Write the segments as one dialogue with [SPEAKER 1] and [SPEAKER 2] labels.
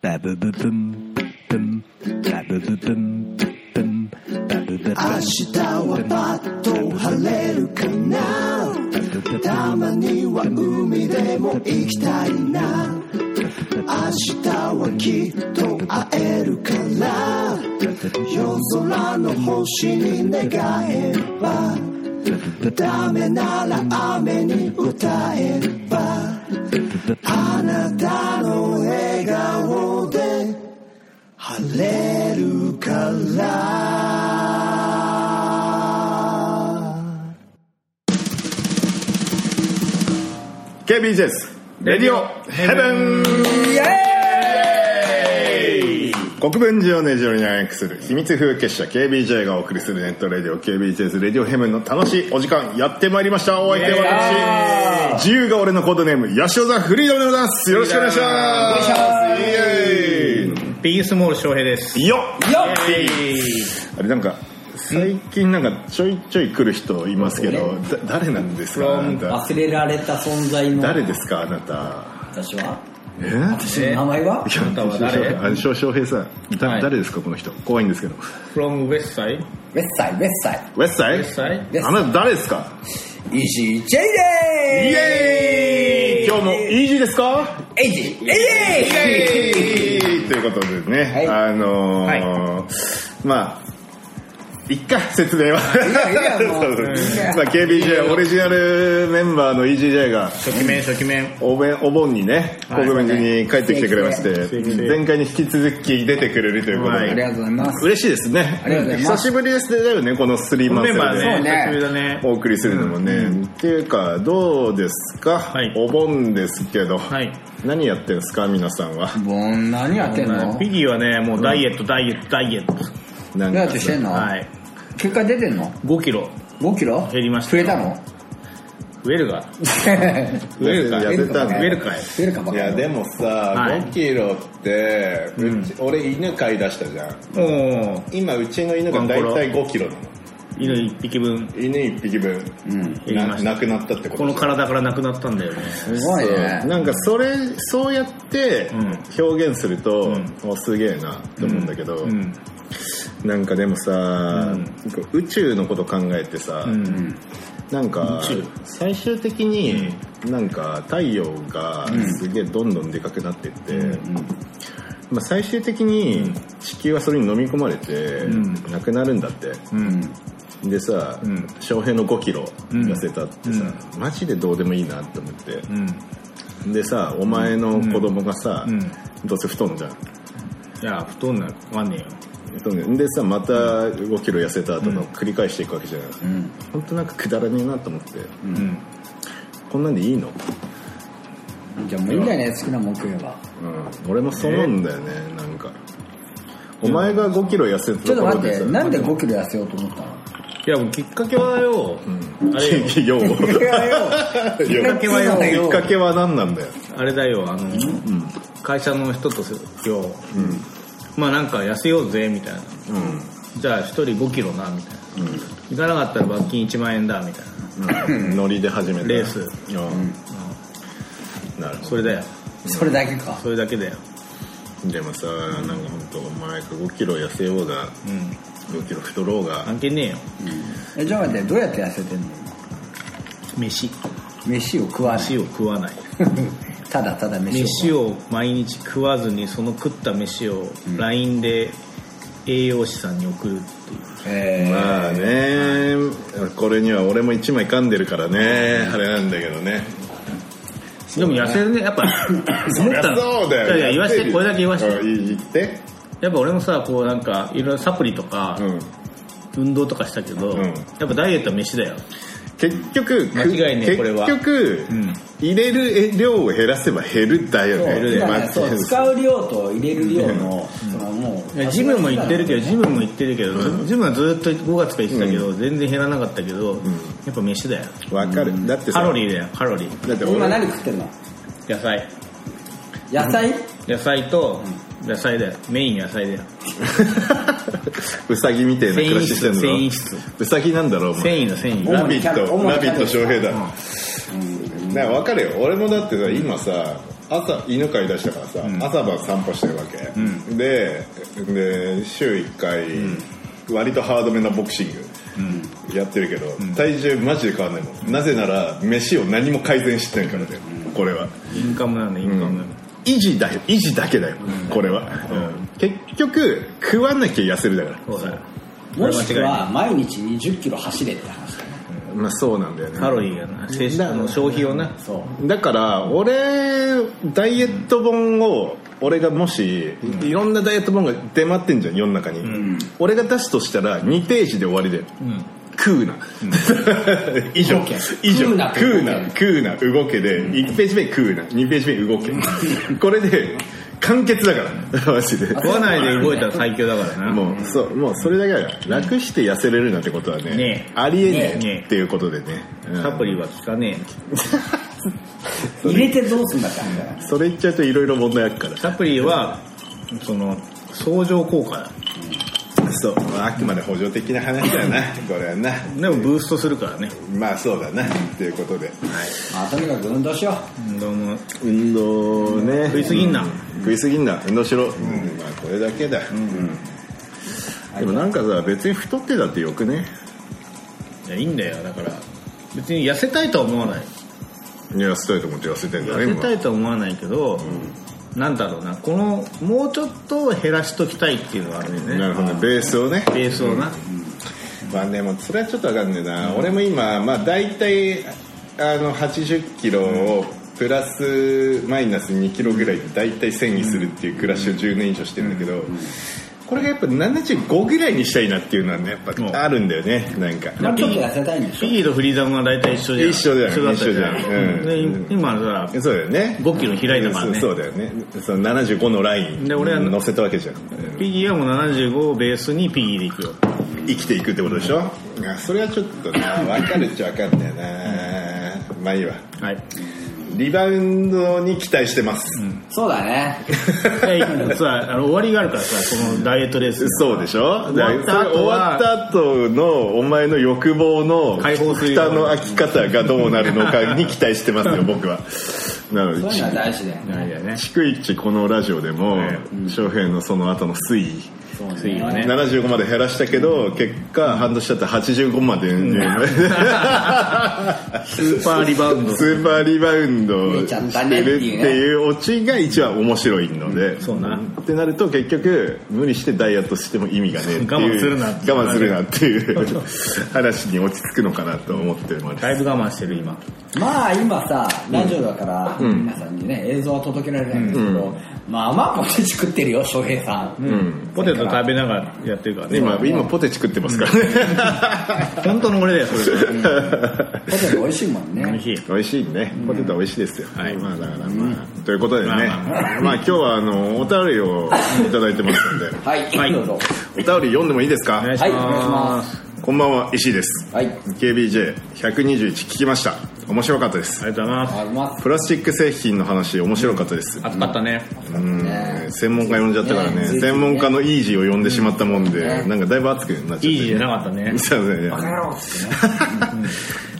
[SPEAKER 1] バブブブンブンバブブブンブンバブブブン
[SPEAKER 2] 明日はパッと晴れるかなたまには海でも行きたいな明日はきっと会えるから夜空の星に願えばダメなら雨に歌えばあなたの笑顔で晴れるから
[SPEAKER 3] KBS レディオヘブンイエーイ国分寺をねじろに暗躍する秘密風結社 KBJ がお送りするネットレディオ KBJS レディオヘブンの楽しいお時間やってまいりましたお相手は私自由が俺のコードネームヤシオザフリーダムでございますよろしくお願いしますイエー
[SPEAKER 4] BS モール翔平です
[SPEAKER 3] イよっ
[SPEAKER 4] イエーイ
[SPEAKER 3] あれなんか最近なんかちょいちょい来る人いますけどだ誰なんですかあなた
[SPEAKER 5] 忘れられた存在の
[SPEAKER 3] 誰ですかあなた
[SPEAKER 5] 私は
[SPEAKER 3] え
[SPEAKER 5] 私の名前はい
[SPEAKER 3] や、
[SPEAKER 4] あなたは誰
[SPEAKER 3] あの翔翔平さん、だ
[SPEAKER 4] はい
[SPEAKER 3] 誰ですか、この人。怖いんですけど。
[SPEAKER 4] From West Side
[SPEAKER 5] ウェッサイウェッサイ
[SPEAKER 3] ウェッサイ
[SPEAKER 4] West Side
[SPEAKER 5] イ
[SPEAKER 3] あなた誰ですか
[SPEAKER 5] 石井 J で
[SPEAKER 3] イエーイ
[SPEAKER 5] ー
[SPEAKER 3] 今日もイージーですか
[SPEAKER 5] すエイジエイジ
[SPEAKER 3] イエーイということでね、
[SPEAKER 5] は
[SPEAKER 3] あのーまあ、いっか、説明は。
[SPEAKER 5] やいやもう
[SPEAKER 3] そうそうまあ、KBJ オリジナルメンバーの EGJ が、
[SPEAKER 4] 初期面初期面
[SPEAKER 3] おべんお盆にね、
[SPEAKER 4] はい
[SPEAKER 3] 国分寺に帰ってきてくれまして、
[SPEAKER 4] 正規で
[SPEAKER 3] 前回に引き続き出てくれるということ
[SPEAKER 4] はい
[SPEAKER 5] ありが
[SPEAKER 3] で、
[SPEAKER 5] とうございます
[SPEAKER 3] 嬉しいですね。
[SPEAKER 5] ありがとうございます
[SPEAKER 3] 久しぶりですね、だよね、この3マン
[SPEAKER 4] メ
[SPEAKER 3] ス
[SPEAKER 4] ンバーね
[SPEAKER 5] そうね
[SPEAKER 4] 久しぶりだね
[SPEAKER 3] お送りするのもね、っていうかどうですか、
[SPEAKER 4] はい
[SPEAKER 3] お盆ですけど、
[SPEAKER 4] はい
[SPEAKER 3] 何やってんすか皆さんは
[SPEAKER 5] ボン何やってんの
[SPEAKER 4] ビギーはねもうダイエットダイエットダイエット
[SPEAKER 3] 何
[SPEAKER 5] ダイエットしてんの
[SPEAKER 4] はい
[SPEAKER 5] 結果出てんの
[SPEAKER 4] 5キロ
[SPEAKER 5] 5キロ
[SPEAKER 4] 減りました
[SPEAKER 5] 増えたの
[SPEAKER 4] 増えるが
[SPEAKER 3] 増えるか
[SPEAKER 4] 増
[SPEAKER 3] 痩
[SPEAKER 4] え
[SPEAKER 3] せ
[SPEAKER 5] る
[SPEAKER 3] た
[SPEAKER 5] か
[SPEAKER 3] の
[SPEAKER 4] 増えるかい
[SPEAKER 5] 増えるかば
[SPEAKER 6] い
[SPEAKER 5] か
[SPEAKER 6] や
[SPEAKER 5] り
[SPEAKER 6] でもさ、
[SPEAKER 4] はい
[SPEAKER 6] 5キロって、うち俺犬飼い出したじゃん
[SPEAKER 4] もう
[SPEAKER 6] 今うちの犬が大体5キロなの
[SPEAKER 4] 犬1匹分
[SPEAKER 6] 犬1匹分、
[SPEAKER 4] 減り
[SPEAKER 6] な
[SPEAKER 4] ました
[SPEAKER 6] なくなったってこと
[SPEAKER 4] この
[SPEAKER 6] じゃん
[SPEAKER 4] 体からなくなったんだよね
[SPEAKER 5] すごいね
[SPEAKER 3] なんかそれそうやって表現すると、おすげえなって思うんだけど、
[SPEAKER 4] うん
[SPEAKER 3] なんかでもさ、宇宙のこと考えてさ、
[SPEAKER 4] うん
[SPEAKER 3] なんか
[SPEAKER 4] 宇宙
[SPEAKER 3] 最終的になんか太陽がすげえどんどんでかくなってって、まあ、最終的に地球はそれに飲み込まれて
[SPEAKER 4] ん
[SPEAKER 3] なくなるんだって、
[SPEAKER 4] うん
[SPEAKER 3] でさ、
[SPEAKER 4] ん
[SPEAKER 3] 翔平の5キロ痩せたってさ、マジでどうでもいいなって思って、
[SPEAKER 4] うん
[SPEAKER 3] でさお前の子供がさ、
[SPEAKER 4] うん
[SPEAKER 3] どうせ太んじゃん
[SPEAKER 4] いや太んないわかんねえよ
[SPEAKER 3] 太んでさまた5キロ痩せた後の繰り返していくわけじゃない、
[SPEAKER 5] うん
[SPEAKER 3] ほんとなんかくだらねえなと思って、
[SPEAKER 4] うん
[SPEAKER 3] こんなんでいいの
[SPEAKER 5] じゃあもういいんじゃない好きなもん食えば
[SPEAKER 3] うん、俺もそう思うんだよね、なんかお前が5キロ痩せた
[SPEAKER 5] ちょっと待っ
[SPEAKER 3] で
[SPEAKER 5] て
[SPEAKER 3] さ
[SPEAKER 5] なんで5キロ痩せようと思ったの
[SPEAKER 4] いやもうきっかけはよあれよ
[SPEAKER 3] 企業 き
[SPEAKER 5] い
[SPEAKER 3] っ
[SPEAKER 5] やよ
[SPEAKER 4] かけはよ
[SPEAKER 3] っかけは何なんだよ
[SPEAKER 4] あれだよあの、会社の人と今日、まあなんか痩せようぜみたいなじゃあ1人5キロなみたいな、行かなかったら罰金1万円だみたいな
[SPEAKER 3] うんノリで始めた
[SPEAKER 4] レース
[SPEAKER 3] うんなるほ
[SPEAKER 4] それだよ
[SPEAKER 5] それだけか
[SPEAKER 4] それだけだよ
[SPEAKER 3] どでもさなんか本当お前が5キロ痩せようが
[SPEAKER 4] うん
[SPEAKER 3] 5キロ太ろうが
[SPEAKER 4] 関係ねえよ
[SPEAKER 5] えじゃあ待ってどうやって痩せてんの
[SPEAKER 4] 飯
[SPEAKER 5] 飯を食わな
[SPEAKER 4] 飯
[SPEAKER 5] い
[SPEAKER 4] を食わない
[SPEAKER 5] ただただ飯を
[SPEAKER 4] 飯を毎日食わずにその食った飯を LINE で栄養士さんに送るっていう
[SPEAKER 5] えー
[SPEAKER 3] まあねこれには俺も1枚噛んでるからねあれなんだけどね
[SPEAKER 4] でも痩せる ねやっぱ思ったの
[SPEAKER 3] そうだよ
[SPEAKER 4] いやいや言わしてこれだけ言わして
[SPEAKER 3] うん言って
[SPEAKER 4] やっぱ俺もさこうなんかいろいろサプリとか、
[SPEAKER 3] うん
[SPEAKER 4] 運動とかしたけど、
[SPEAKER 3] ん
[SPEAKER 4] やっぱダイエットは飯だよ
[SPEAKER 3] 結局
[SPEAKER 4] 間違いねえ
[SPEAKER 3] 結
[SPEAKER 4] これは
[SPEAKER 3] 局、
[SPEAKER 4] ん
[SPEAKER 3] 入れる量を減らせば減るだよね
[SPEAKER 4] 減るだよ
[SPEAKER 3] まあ
[SPEAKER 5] まあ、そう使う量と入れる量の,、そのも
[SPEAKER 4] いうやジムも行ってるけどジムも行ってるけど、ジムはずっと5月から行ってたけど、全然減らなかったけど、やっぱ飯だよ
[SPEAKER 3] わかるだってさ
[SPEAKER 4] カロリーだよカロリー
[SPEAKER 3] だって
[SPEAKER 5] 今
[SPEAKER 3] 俺
[SPEAKER 5] 何食ってんの
[SPEAKER 4] 野菜
[SPEAKER 5] 野菜
[SPEAKER 4] 野菜と野菜だよメイン野菜だよ
[SPEAKER 3] うさぎみたいな暮らししてんの
[SPEAKER 4] 繊維質繊維
[SPEAKER 3] うさぎなんだろお前
[SPEAKER 4] 繊維の繊維
[SPEAKER 3] ラビット
[SPEAKER 5] 主に
[SPEAKER 3] ラ
[SPEAKER 5] キャ
[SPEAKER 3] ビ
[SPEAKER 5] ベツ
[SPEAKER 3] ット翔平だ、なんか分かるよ俺もだってさ今さ朝犬飼い出したからさ、朝晩散歩してるわけ、でで週1回、割とハードめなボクシングやってるけど、体重マジで変わんないもん、なぜなら飯を何も改善してないからね、これは
[SPEAKER 4] インカムなんだインカムなんだ、
[SPEAKER 3] 維持だよ維持だけだよ、これは、うん結局食わなきゃ痩せるだから
[SPEAKER 4] そうだよ
[SPEAKER 5] もしくは毎日2 0キロ走れって話だね
[SPEAKER 3] まあそうなんだよね
[SPEAKER 4] カロリーがな摂取あの消費をな
[SPEAKER 5] そう
[SPEAKER 3] だから俺ダイエット本を俺がもし、いろんなダイエット本が出回ってんじゃん世の中に、俺が出すとしたら2ページで終わりで、食うな、 以上以上
[SPEAKER 5] 食うな
[SPEAKER 3] 食うな食うな動けで1ページ目食うな2ページ目動けこれで完結だから マジで
[SPEAKER 4] 食わないで動いたら最強だからな
[SPEAKER 3] もうそうもうそれだけだから楽して痩せれるなんてことはね
[SPEAKER 4] ねえ
[SPEAKER 3] ありえねえ
[SPEAKER 4] ねえ
[SPEAKER 3] っていうことでねうん
[SPEAKER 4] サプリは効かねえ
[SPEAKER 5] 入れてどうすんだって話だね
[SPEAKER 3] それ言っちゃうといろいろ問題あるから
[SPEAKER 4] サプリはその相乗効果だ
[SPEAKER 3] そう、まあ、あくまで補助的な話だよなこれはな
[SPEAKER 4] でもブーストするからね
[SPEAKER 3] まあそうだなっていうことで
[SPEAKER 5] まあとにかく運動しよう
[SPEAKER 4] 運動も
[SPEAKER 3] 運動ね
[SPEAKER 4] 食いすぎんな
[SPEAKER 3] 食いすぎんな運動しろ、うんまあこれだけだ、でもなんかさ別に太ってたってよくね
[SPEAKER 4] いやいいんだよだから別に痩せたいとは思わない
[SPEAKER 3] いや痩せたいと思って痩せてんだ
[SPEAKER 4] 痩
[SPEAKER 3] ね
[SPEAKER 4] せたいとは思わないけど、なんだろうなこのもうちょっと減らしときたいっていうのがあるよ
[SPEAKER 3] 今な
[SPEAKER 4] ね
[SPEAKER 3] るほどねベースをね
[SPEAKER 4] ベースをな、
[SPEAKER 3] まあでもそれはちょっとわかんねえな、俺も今まあ大体あの80キロをプラスマイナス2キロぐらいで大体1000にするっていう暮らしを10年以上してるんだけど、これがやっぱ75ぐらいにしたいなっていうのはねやっ
[SPEAKER 4] うん
[SPEAKER 3] ぱあるんだよねなんか、
[SPEAKER 5] もうちょっと痩せたいんで
[SPEAKER 4] フ
[SPEAKER 5] しょ
[SPEAKER 4] ィギーとフリーダムは大体一緒じゃん
[SPEAKER 3] 一緒だよね
[SPEAKER 4] 一緒だったじゃん
[SPEAKER 3] 一緒じゃんうん
[SPEAKER 4] で
[SPEAKER 3] うん
[SPEAKER 4] 今さ
[SPEAKER 3] そうだよね
[SPEAKER 4] 5キロ開いたからね
[SPEAKER 3] そうそうだよねその75のライン
[SPEAKER 4] で俺は
[SPEAKER 3] 乗せたわけじゃん
[SPEAKER 4] フィギーはもう75をベースにフィギーでいくよ
[SPEAKER 3] 生きていくってことでしょ、いやそれはちょっとな分かるっちゃ分かんだよな、まあいいわ
[SPEAKER 4] はい
[SPEAKER 3] リバウンドに期待してます、
[SPEAKER 5] そうだね
[SPEAKER 4] でさあの終わりがあるからさこのダイエットレースに
[SPEAKER 3] そうでしょ
[SPEAKER 4] 終わった後
[SPEAKER 3] だ
[SPEAKER 4] は
[SPEAKER 3] からそれ終わった後のお前の欲望の
[SPEAKER 4] 解放するよ
[SPEAKER 3] 蓋の開き方がどうなるのかに期待してます よ僕はなの
[SPEAKER 5] そう
[SPEAKER 3] で
[SPEAKER 5] いうのは大事だよね
[SPEAKER 4] ないだよね
[SPEAKER 3] 逐一このラジオでも、
[SPEAKER 4] ね
[SPEAKER 3] 翔平のその後の推移
[SPEAKER 5] そうね
[SPEAKER 4] 次はね
[SPEAKER 3] 75まで減らしたけど結果半年経って85まで、
[SPEAKER 4] スーパーリバウンド
[SPEAKER 3] スーパーリバウンドし
[SPEAKER 5] 見ちゃった
[SPEAKER 3] て
[SPEAKER 5] ねって
[SPEAKER 3] るって
[SPEAKER 5] いうね
[SPEAKER 3] いうオチが一番面白いので、
[SPEAKER 4] そうな
[SPEAKER 3] ってなると結局無理してダイエットしても意味がねえっていう
[SPEAKER 4] 我慢するな
[SPEAKER 3] 我慢するなっていう話に落ち着くのかなと思ってます
[SPEAKER 4] だいぶ我慢してる今
[SPEAKER 5] まあ今さラジオだから皆さんにね映像は届けられないんですけどまあまあポテチ食ってるよ翔平さん
[SPEAKER 4] ポテト食べながらやってるからね
[SPEAKER 3] 今今ポテチ食ってますからね、
[SPEAKER 4] 本当の俺だよそれが
[SPEAKER 5] ポテト美味しいもん
[SPEAKER 4] 美
[SPEAKER 5] ね
[SPEAKER 4] 味しい
[SPEAKER 3] 美味しいねポテトは美味しいですよ、
[SPEAKER 4] はい
[SPEAKER 3] まあだからまあということでね、
[SPEAKER 4] まあ
[SPEAKER 3] ま
[SPEAKER 4] ま
[SPEAKER 3] あ
[SPEAKER 4] あ
[SPEAKER 3] 今日はあのお便りをいただいてますので
[SPEAKER 5] はい
[SPEAKER 4] はい
[SPEAKER 5] どうぞ
[SPEAKER 3] お便り読んでもいいですか
[SPEAKER 4] お願いし
[SPEAKER 5] はいお願いし
[SPEAKER 4] ま
[SPEAKER 5] ますす
[SPEAKER 3] こんばんは石井です
[SPEAKER 5] はいあり
[SPEAKER 3] KBJ121 聞きました面白かったで
[SPEAKER 4] あ
[SPEAKER 3] す
[SPEAKER 4] りがとうございます
[SPEAKER 5] がとうございます
[SPEAKER 3] プラスチック製品の話面白かったです、
[SPEAKER 4] 暑かったね
[SPEAKER 3] うん専門家呼んじゃったからね
[SPEAKER 5] ね
[SPEAKER 3] 専門家のイージーを呼んでしまったもんで、
[SPEAKER 5] ね
[SPEAKER 3] なんかだいぶ熱くなっちゃって
[SPEAKER 4] いいじゃなかったね
[SPEAKER 3] そうですね
[SPEAKER 5] やろうっつってね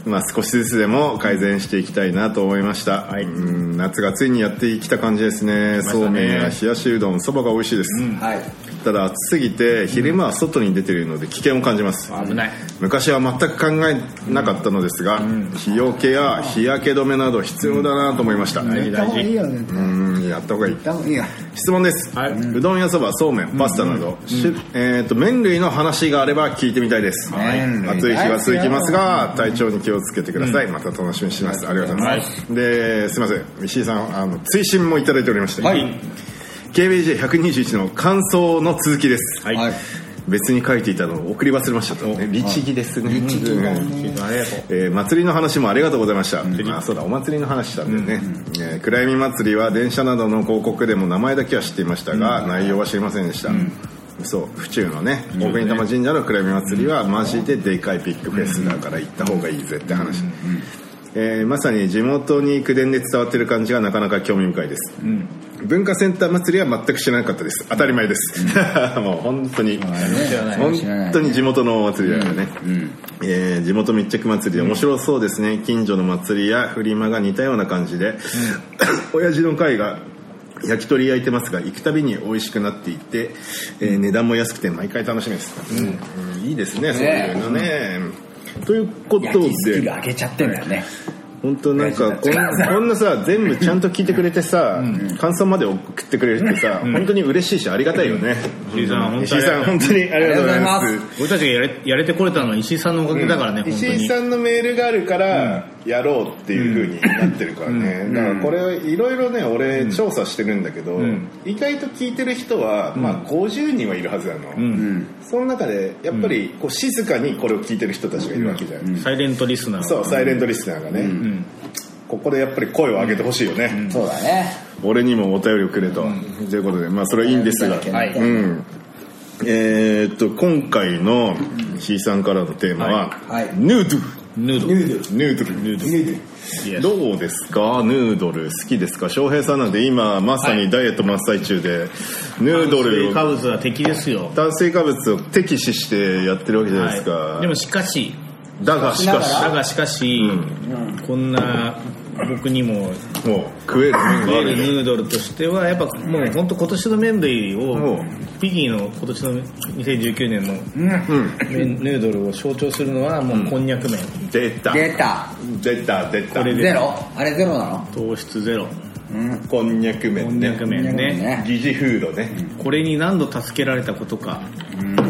[SPEAKER 3] まあ少しずつでも改善していきたいなと思いました、うん夏がついにやってきた感じですね
[SPEAKER 4] ましたね
[SPEAKER 3] そうめんや冷やしうどんそばが美味しいです、
[SPEAKER 5] はい
[SPEAKER 3] ただ暑すぎて昼間は外に出ているので危険を感じます、
[SPEAKER 4] 危ない
[SPEAKER 3] 昔は全く考えなかったのですが、日よけや日焼け止めなど必要だなと思いました、
[SPEAKER 4] 大事大事
[SPEAKER 5] よね
[SPEAKER 3] うんやった方がいい
[SPEAKER 5] 多分いいよ
[SPEAKER 3] 質問です、
[SPEAKER 4] はいう
[SPEAKER 3] どんやそばそうめんパスタなど、しえー、と麺類の話があれば聞いてみたいです、
[SPEAKER 5] 麺
[SPEAKER 3] 暑
[SPEAKER 5] 類
[SPEAKER 3] い日が続きますが体調に気をつけてください、また楽しみにしますありがとうございます、ですいません石井さんあの追伸もいただいておりまして、
[SPEAKER 5] はい
[SPEAKER 3] KBJ121 の感想の続きです、
[SPEAKER 4] はい
[SPEAKER 5] はい
[SPEAKER 3] 別に書いていたのを送り忘れましたと、ね、律儀ですね律儀
[SPEAKER 4] ありがとう
[SPEAKER 3] えー祭りの話もありがとうございました、あそうだお祭りの話したんだよね、えー暗闇祭りは電車などの広告でも名前だけは知っていましたが、内容は知りませんでした、そう府中のね大国玉神社の暗闇祭りはマジででかいビッグフェスだから行った方がいいぜって話、えーまさに地元に口伝で伝わってる感じがなかなか興味深いです、文化センター祭りは全く知らなかったです当たり前です、 もう本当に本当に地元のお祭りだからね、えー地元密着祭り面白そうですね、近所の祭りやフリマが似たような感じで、 親父の会が焼き鳥焼いてますが行くたびに美味しくなっていって、えー値段も安くて毎回楽しみです、うんいいですねそういうのね、ということで
[SPEAKER 5] 焼きスキル上げちゃってるんだよね。
[SPEAKER 3] 本当なんかこんこんなさ全部ちゃんと聞いてくれてさ、感想まで送ってくれるってさ、本当に嬉しいしありがたいよね、
[SPEAKER 4] 石井さん
[SPEAKER 3] う
[SPEAKER 4] 本当に
[SPEAKER 3] 石井さん本当にありがとうございます
[SPEAKER 5] ありがとうござ
[SPEAKER 4] 俺
[SPEAKER 5] い
[SPEAKER 4] たちがやれやれてこれたのは石井さんのおかげだからね、本当
[SPEAKER 3] 石井
[SPEAKER 4] に
[SPEAKER 3] さんのメールがあるからやろうっていう風になってるからね、だからこれいろいろね俺調査してるんだけど、意外と聞いてる人は、まあ、50人はいるはずなの、その中でやっぱりこう静かにこれを聞いてる人たちがいるわけじゃない、
[SPEAKER 4] サイレントリスナー
[SPEAKER 3] そうサイレントリスナーがね、ここでやっぱり声を上げてほしいよね、
[SPEAKER 5] そうだね。
[SPEAKER 3] 俺にもお便りをくれと、ということでまあそれはいいんですが、
[SPEAKER 5] はい
[SPEAKER 3] うんえーっと今回の石井さんからのテーマは「
[SPEAKER 5] はいはい
[SPEAKER 3] ヌードゥ」
[SPEAKER 4] ヌードル
[SPEAKER 3] ヌードルヌードルどうですかヌードル好きですか翔平さんなんで今まさにダイエット真っ最中で、ヌードル
[SPEAKER 4] 化
[SPEAKER 3] を
[SPEAKER 4] 物は敵ですよ
[SPEAKER 3] 炭水化物を敵視してやってるわけじゃないですか、
[SPEAKER 4] はい、でもしかし
[SPEAKER 3] だがしかし
[SPEAKER 4] だがしかし、こんな僕にも
[SPEAKER 3] もう食える麺
[SPEAKER 4] 食
[SPEAKER 3] があ
[SPEAKER 4] える
[SPEAKER 3] る
[SPEAKER 4] ヌ
[SPEAKER 3] ね
[SPEAKER 4] ードルとしてはやっぱもう本当今年の麺類
[SPEAKER 3] う
[SPEAKER 4] を
[SPEAKER 3] ん
[SPEAKER 4] ピギーの今年の2019年の麺ヌードルを象徴するのはもうこんにゃく麺
[SPEAKER 3] 出た
[SPEAKER 5] 出た。
[SPEAKER 3] 出た出た
[SPEAKER 4] これで
[SPEAKER 5] ゼロあれゼロなの
[SPEAKER 4] 糖質ゼロ
[SPEAKER 3] こんにゃく
[SPEAKER 4] こ
[SPEAKER 3] 麺
[SPEAKER 4] んにゃ
[SPEAKER 3] ね
[SPEAKER 4] く麺ね。
[SPEAKER 3] 疑似フードね、
[SPEAKER 4] これに何度助けられたことか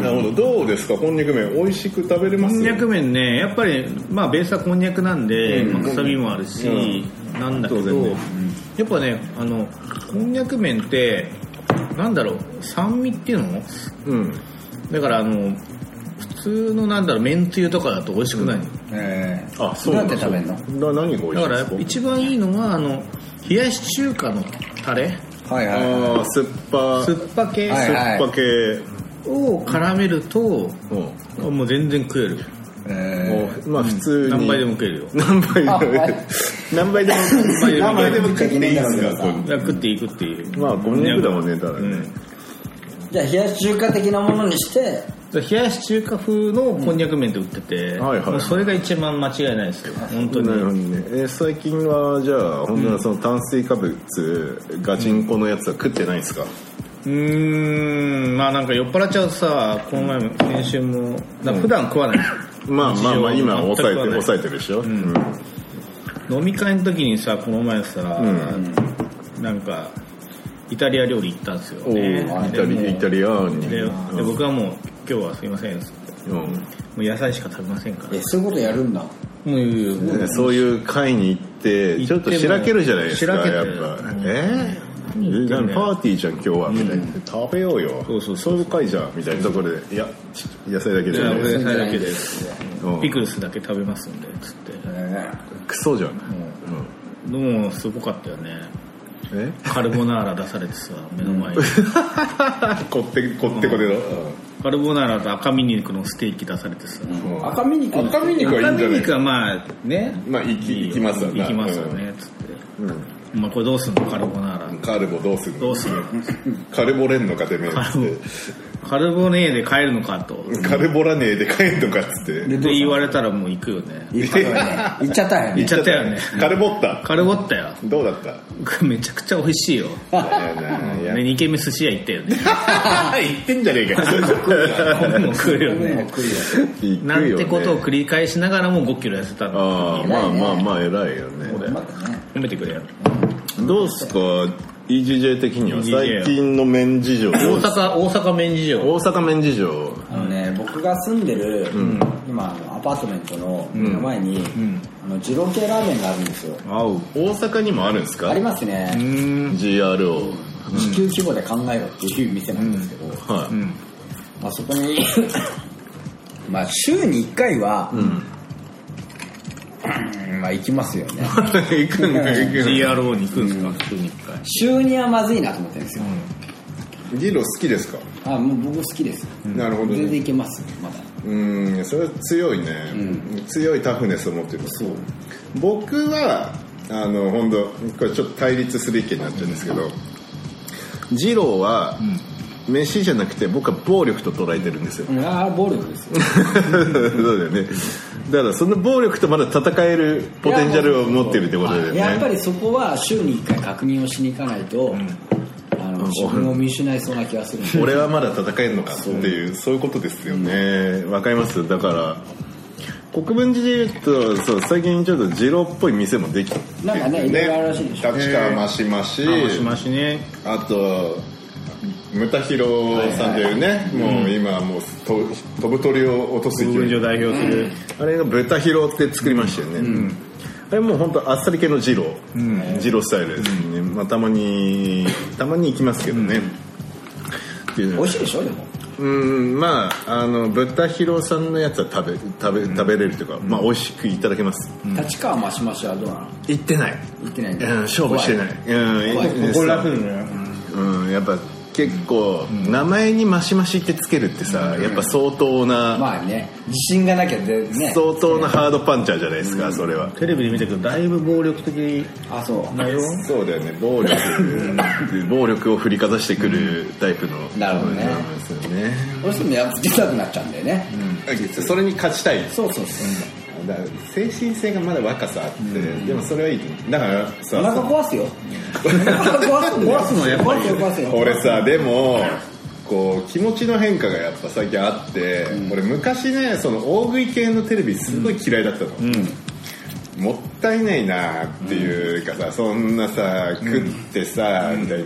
[SPEAKER 3] なるほどどうですかこんにゃく麺美味しく食べれま
[SPEAKER 4] こ
[SPEAKER 3] す
[SPEAKER 4] んにゃく麺ねやっぱりまあベースはこんにゃくなんで、まあ臭みもあるし、なんだけど、やっぱねあのこんにゃく麺ってなんだろう酸味っていうの
[SPEAKER 3] うん
[SPEAKER 4] だからあの普通のなんだろう麺つゆとかだと美味しくない、
[SPEAKER 5] ええ。
[SPEAKER 3] あそう
[SPEAKER 5] どう
[SPEAKER 3] な
[SPEAKER 5] や
[SPEAKER 3] ん
[SPEAKER 5] って
[SPEAKER 3] だ
[SPEAKER 5] 食べんの
[SPEAKER 3] な何が美味しい
[SPEAKER 4] だか
[SPEAKER 3] です
[SPEAKER 4] ら
[SPEAKER 3] か
[SPEAKER 4] 一番いいのはあの冷やし中華のタレ
[SPEAKER 5] はいはいはい。
[SPEAKER 3] あー酸っぱ
[SPEAKER 4] 酸っぱ系
[SPEAKER 5] はいはい
[SPEAKER 3] 酸っぱ系
[SPEAKER 4] を絡めると、
[SPEAKER 3] うん
[SPEAKER 4] もう全然食える
[SPEAKER 5] え
[SPEAKER 3] もうまあ普通に
[SPEAKER 4] 何杯でも食えるよ
[SPEAKER 3] 何倍でも
[SPEAKER 5] あはい
[SPEAKER 3] 何倍でも何倍でも食っていいですか
[SPEAKER 5] うん
[SPEAKER 4] だから食っていくっていう
[SPEAKER 3] まあこんにゃくだもんねただね
[SPEAKER 5] ーじゃあ冷やし中華的なものにして、
[SPEAKER 4] 冷やし中華風のこんにゃく麺って売ってて、
[SPEAKER 3] んはいはい
[SPEAKER 4] もうそれが一番間違いないですよ本当
[SPEAKER 3] なるほど
[SPEAKER 4] に
[SPEAKER 3] ねえー最近はじゃあ本当にその炭水化物ガチンコのやつは食ってないんですか
[SPEAKER 4] うーんまあなんか酔っ払っちゃうとさこの前も先週もだから普段食わない、
[SPEAKER 3] まあまあまあ
[SPEAKER 4] 日常
[SPEAKER 3] 今は抑えて
[SPEAKER 4] 全くない
[SPEAKER 3] 抑えてるでしょうん
[SPEAKER 4] 飲み会の時にさこの前さ、なんかイタリア料理行ったんですよ
[SPEAKER 3] お
[SPEAKER 4] ね
[SPEAKER 3] ーイ
[SPEAKER 4] で
[SPEAKER 3] タリイ
[SPEAKER 4] も
[SPEAKER 3] タリアー
[SPEAKER 4] う
[SPEAKER 3] ニ
[SPEAKER 4] でで
[SPEAKER 3] う
[SPEAKER 4] 僕はもう今日はすいませんも
[SPEAKER 3] ん
[SPEAKER 4] う野菜しか食べませんから
[SPEAKER 5] え、そういうことやるんだ。
[SPEAKER 4] もういやいや
[SPEAKER 3] ねそういう会に行って
[SPEAKER 4] 行っても
[SPEAKER 3] ちょっとしらけるじゃないですか
[SPEAKER 4] しらけて
[SPEAKER 3] やっ
[SPEAKER 4] る
[SPEAKER 3] ぱ
[SPEAKER 4] うん
[SPEAKER 3] え
[SPEAKER 4] 言ってんだ
[SPEAKER 3] ー
[SPEAKER 4] よ
[SPEAKER 3] パーティーじゃん今日はみたいな食べようよ
[SPEAKER 4] そうそう
[SPEAKER 3] そういう会じゃんみたいなところでいや野菜だけじ
[SPEAKER 4] じ
[SPEAKER 3] ゃ
[SPEAKER 4] ゃあ
[SPEAKER 3] ない
[SPEAKER 4] 俺
[SPEAKER 3] で
[SPEAKER 4] 野
[SPEAKER 3] す
[SPEAKER 4] 菜だけです
[SPEAKER 3] うん
[SPEAKER 4] ピクルスだけ食べますんでつって
[SPEAKER 5] え
[SPEAKER 3] クソじゃん
[SPEAKER 4] でもすごかったよね
[SPEAKER 3] え
[SPEAKER 4] カルボナーラ出されてさ目の前に
[SPEAKER 3] こってこってこでの
[SPEAKER 4] カルボナーラと赤身肉のステーキ出されてさ
[SPEAKER 5] え赤身肉
[SPEAKER 3] 赤身肉はいい
[SPEAKER 4] 赤
[SPEAKER 3] んじゃ
[SPEAKER 4] 身
[SPEAKER 3] ない
[SPEAKER 4] 肉はまあね
[SPEAKER 3] まあ行き行きますわな
[SPEAKER 4] 行きますよねつって
[SPEAKER 3] うん
[SPEAKER 4] まあこれどうすんのカルボナーラ
[SPEAKER 3] カルボどうする
[SPEAKER 4] どうする
[SPEAKER 3] カルボレンのかてめえっ
[SPEAKER 4] カ
[SPEAKER 3] つ
[SPEAKER 4] ル
[SPEAKER 3] っ
[SPEAKER 4] ボカルボネーで帰るのかとって
[SPEAKER 3] カルボラねえで帰んのかっつって
[SPEAKER 5] でどう
[SPEAKER 4] て
[SPEAKER 5] し
[SPEAKER 4] 言
[SPEAKER 5] た
[SPEAKER 4] われたらもう行くよね
[SPEAKER 5] 行ったよね行っちゃったよ
[SPEAKER 4] 行っ
[SPEAKER 5] ね。
[SPEAKER 4] ちゃったよね
[SPEAKER 3] カルボった
[SPEAKER 4] カルボったよ
[SPEAKER 3] どうだった
[SPEAKER 4] めちゃくちゃ美味しいよ
[SPEAKER 3] だよないや
[SPEAKER 4] で2軒目寿司屋行ったよね
[SPEAKER 3] 言ってんじゃねえか
[SPEAKER 4] 今も食うよね
[SPEAKER 3] 行くよね
[SPEAKER 4] なんてことを繰り返しながらも5キロ痩せた
[SPEAKER 3] あ
[SPEAKER 4] の
[SPEAKER 3] あまあまあまあ偉いよね
[SPEAKER 4] 褒めてくれよ
[SPEAKER 3] どうっすか EGJ 的には
[SPEAKER 4] EGJ
[SPEAKER 3] 最近の麺事情
[SPEAKER 4] 大
[SPEAKER 3] 大
[SPEAKER 4] 阪大阪麺事情
[SPEAKER 3] 阪麺事情
[SPEAKER 5] あのね、僕が住んでる、今あのアパートメントの目の前に、あの二郎系ラーメンがあるんですよ。
[SPEAKER 3] 合う大阪にもあるんです
[SPEAKER 5] あ
[SPEAKER 3] か
[SPEAKER 5] りますね。
[SPEAKER 3] GRO
[SPEAKER 5] 地球規模で考えろっていう店なんですけど、
[SPEAKER 3] はい
[SPEAKER 5] まあ、そこに まあ週に1回は、うんまあ行きますよ ね
[SPEAKER 3] 行くんか行くん
[SPEAKER 4] GRO に行くんですか週に1回
[SPEAKER 5] 週にはまずいなと思ってるんですよ、
[SPEAKER 3] ギロ好きですか
[SPEAKER 5] あもう僕好きです、
[SPEAKER 3] なるほど
[SPEAKER 5] 全然
[SPEAKER 3] ね
[SPEAKER 5] 行けますまだ
[SPEAKER 3] うんそれは強いね強いタフネスを持ってるそう僕はあの本当これちょっと対立する意見になっちゃうんですけど
[SPEAKER 7] 二郎は、飯じゃなくて僕は暴力と捉えてるんですよ
[SPEAKER 5] ああ暴力ですよ
[SPEAKER 7] そうだよねだからその暴力とまだ戦える ポテンシャルを持ってるってことだよね
[SPEAKER 5] やっぱりそこは週に1回確認をしに行かないと、あの自分を見失いそうな気がするんで
[SPEAKER 7] 俺はまだ戦えるのかっていうそういうことですよねわかりますだから国分寺で言うとそう最近ちょっと二郎っぽい店もできて
[SPEAKER 5] なんかねいろいろあるらしいでしょ
[SPEAKER 3] 立川マシマシ
[SPEAKER 4] あマシマシね
[SPEAKER 3] あとムタヒロさんというねもう今はもうと飛ぶ鳥を落とす勢
[SPEAKER 4] 文
[SPEAKER 3] い
[SPEAKER 4] 書代表する
[SPEAKER 7] あれが豚ヒロって作りましたよね、あれもう本当あっさり系の二郎、二郎スタイルですね、まあ、たまにたまに行きますけどね、っていうの
[SPEAKER 5] 美味しいでしょでも
[SPEAKER 7] うんまああの豚ヒロさんのやつは食べ食べ食べれるというか、まあ美味しくいただけます、
[SPEAKER 5] 立川マシマシはどうなの
[SPEAKER 7] 行ってない、
[SPEAKER 5] 行ってないん
[SPEAKER 7] う
[SPEAKER 5] だ
[SPEAKER 7] ん、勝負してないうん
[SPEAKER 5] 怖い
[SPEAKER 7] いいです
[SPEAKER 3] これ楽なのよ
[SPEAKER 7] うんやっぱ結構、名前にマシマシってつけるってさ、やっぱ相当な、
[SPEAKER 5] まあね自信がなきゃでね
[SPEAKER 7] 相当なハードパンチャーじゃないですか、それは
[SPEAKER 4] テレビで見たけどだいぶ暴力的
[SPEAKER 5] あそう
[SPEAKER 4] だよ
[SPEAKER 7] そうだよね暴力 暴力を振りかざしてくるタイプの、
[SPEAKER 5] なるほど
[SPEAKER 7] そ
[SPEAKER 5] ね
[SPEAKER 7] うなんですよね
[SPEAKER 5] どうしてもやっぱ小さくなっちゃうんだよね、
[SPEAKER 3] それに勝ちたい
[SPEAKER 5] そうそうそう
[SPEAKER 3] だから精神性がまだ若さあって、でもそれはいいと思うだから
[SPEAKER 5] お腹
[SPEAKER 3] さ
[SPEAKER 5] 壊すよお腹壊すんだよ
[SPEAKER 4] 壊すのやっぱり
[SPEAKER 5] 壊すよ壊すよ
[SPEAKER 3] 俺さでもこう気持ちの変化がやっぱ最近あって、俺昔ねその大食い系のテレビすごい嫌いだったの、もったいないなっていうかさそんなさ食ってさ、みたいな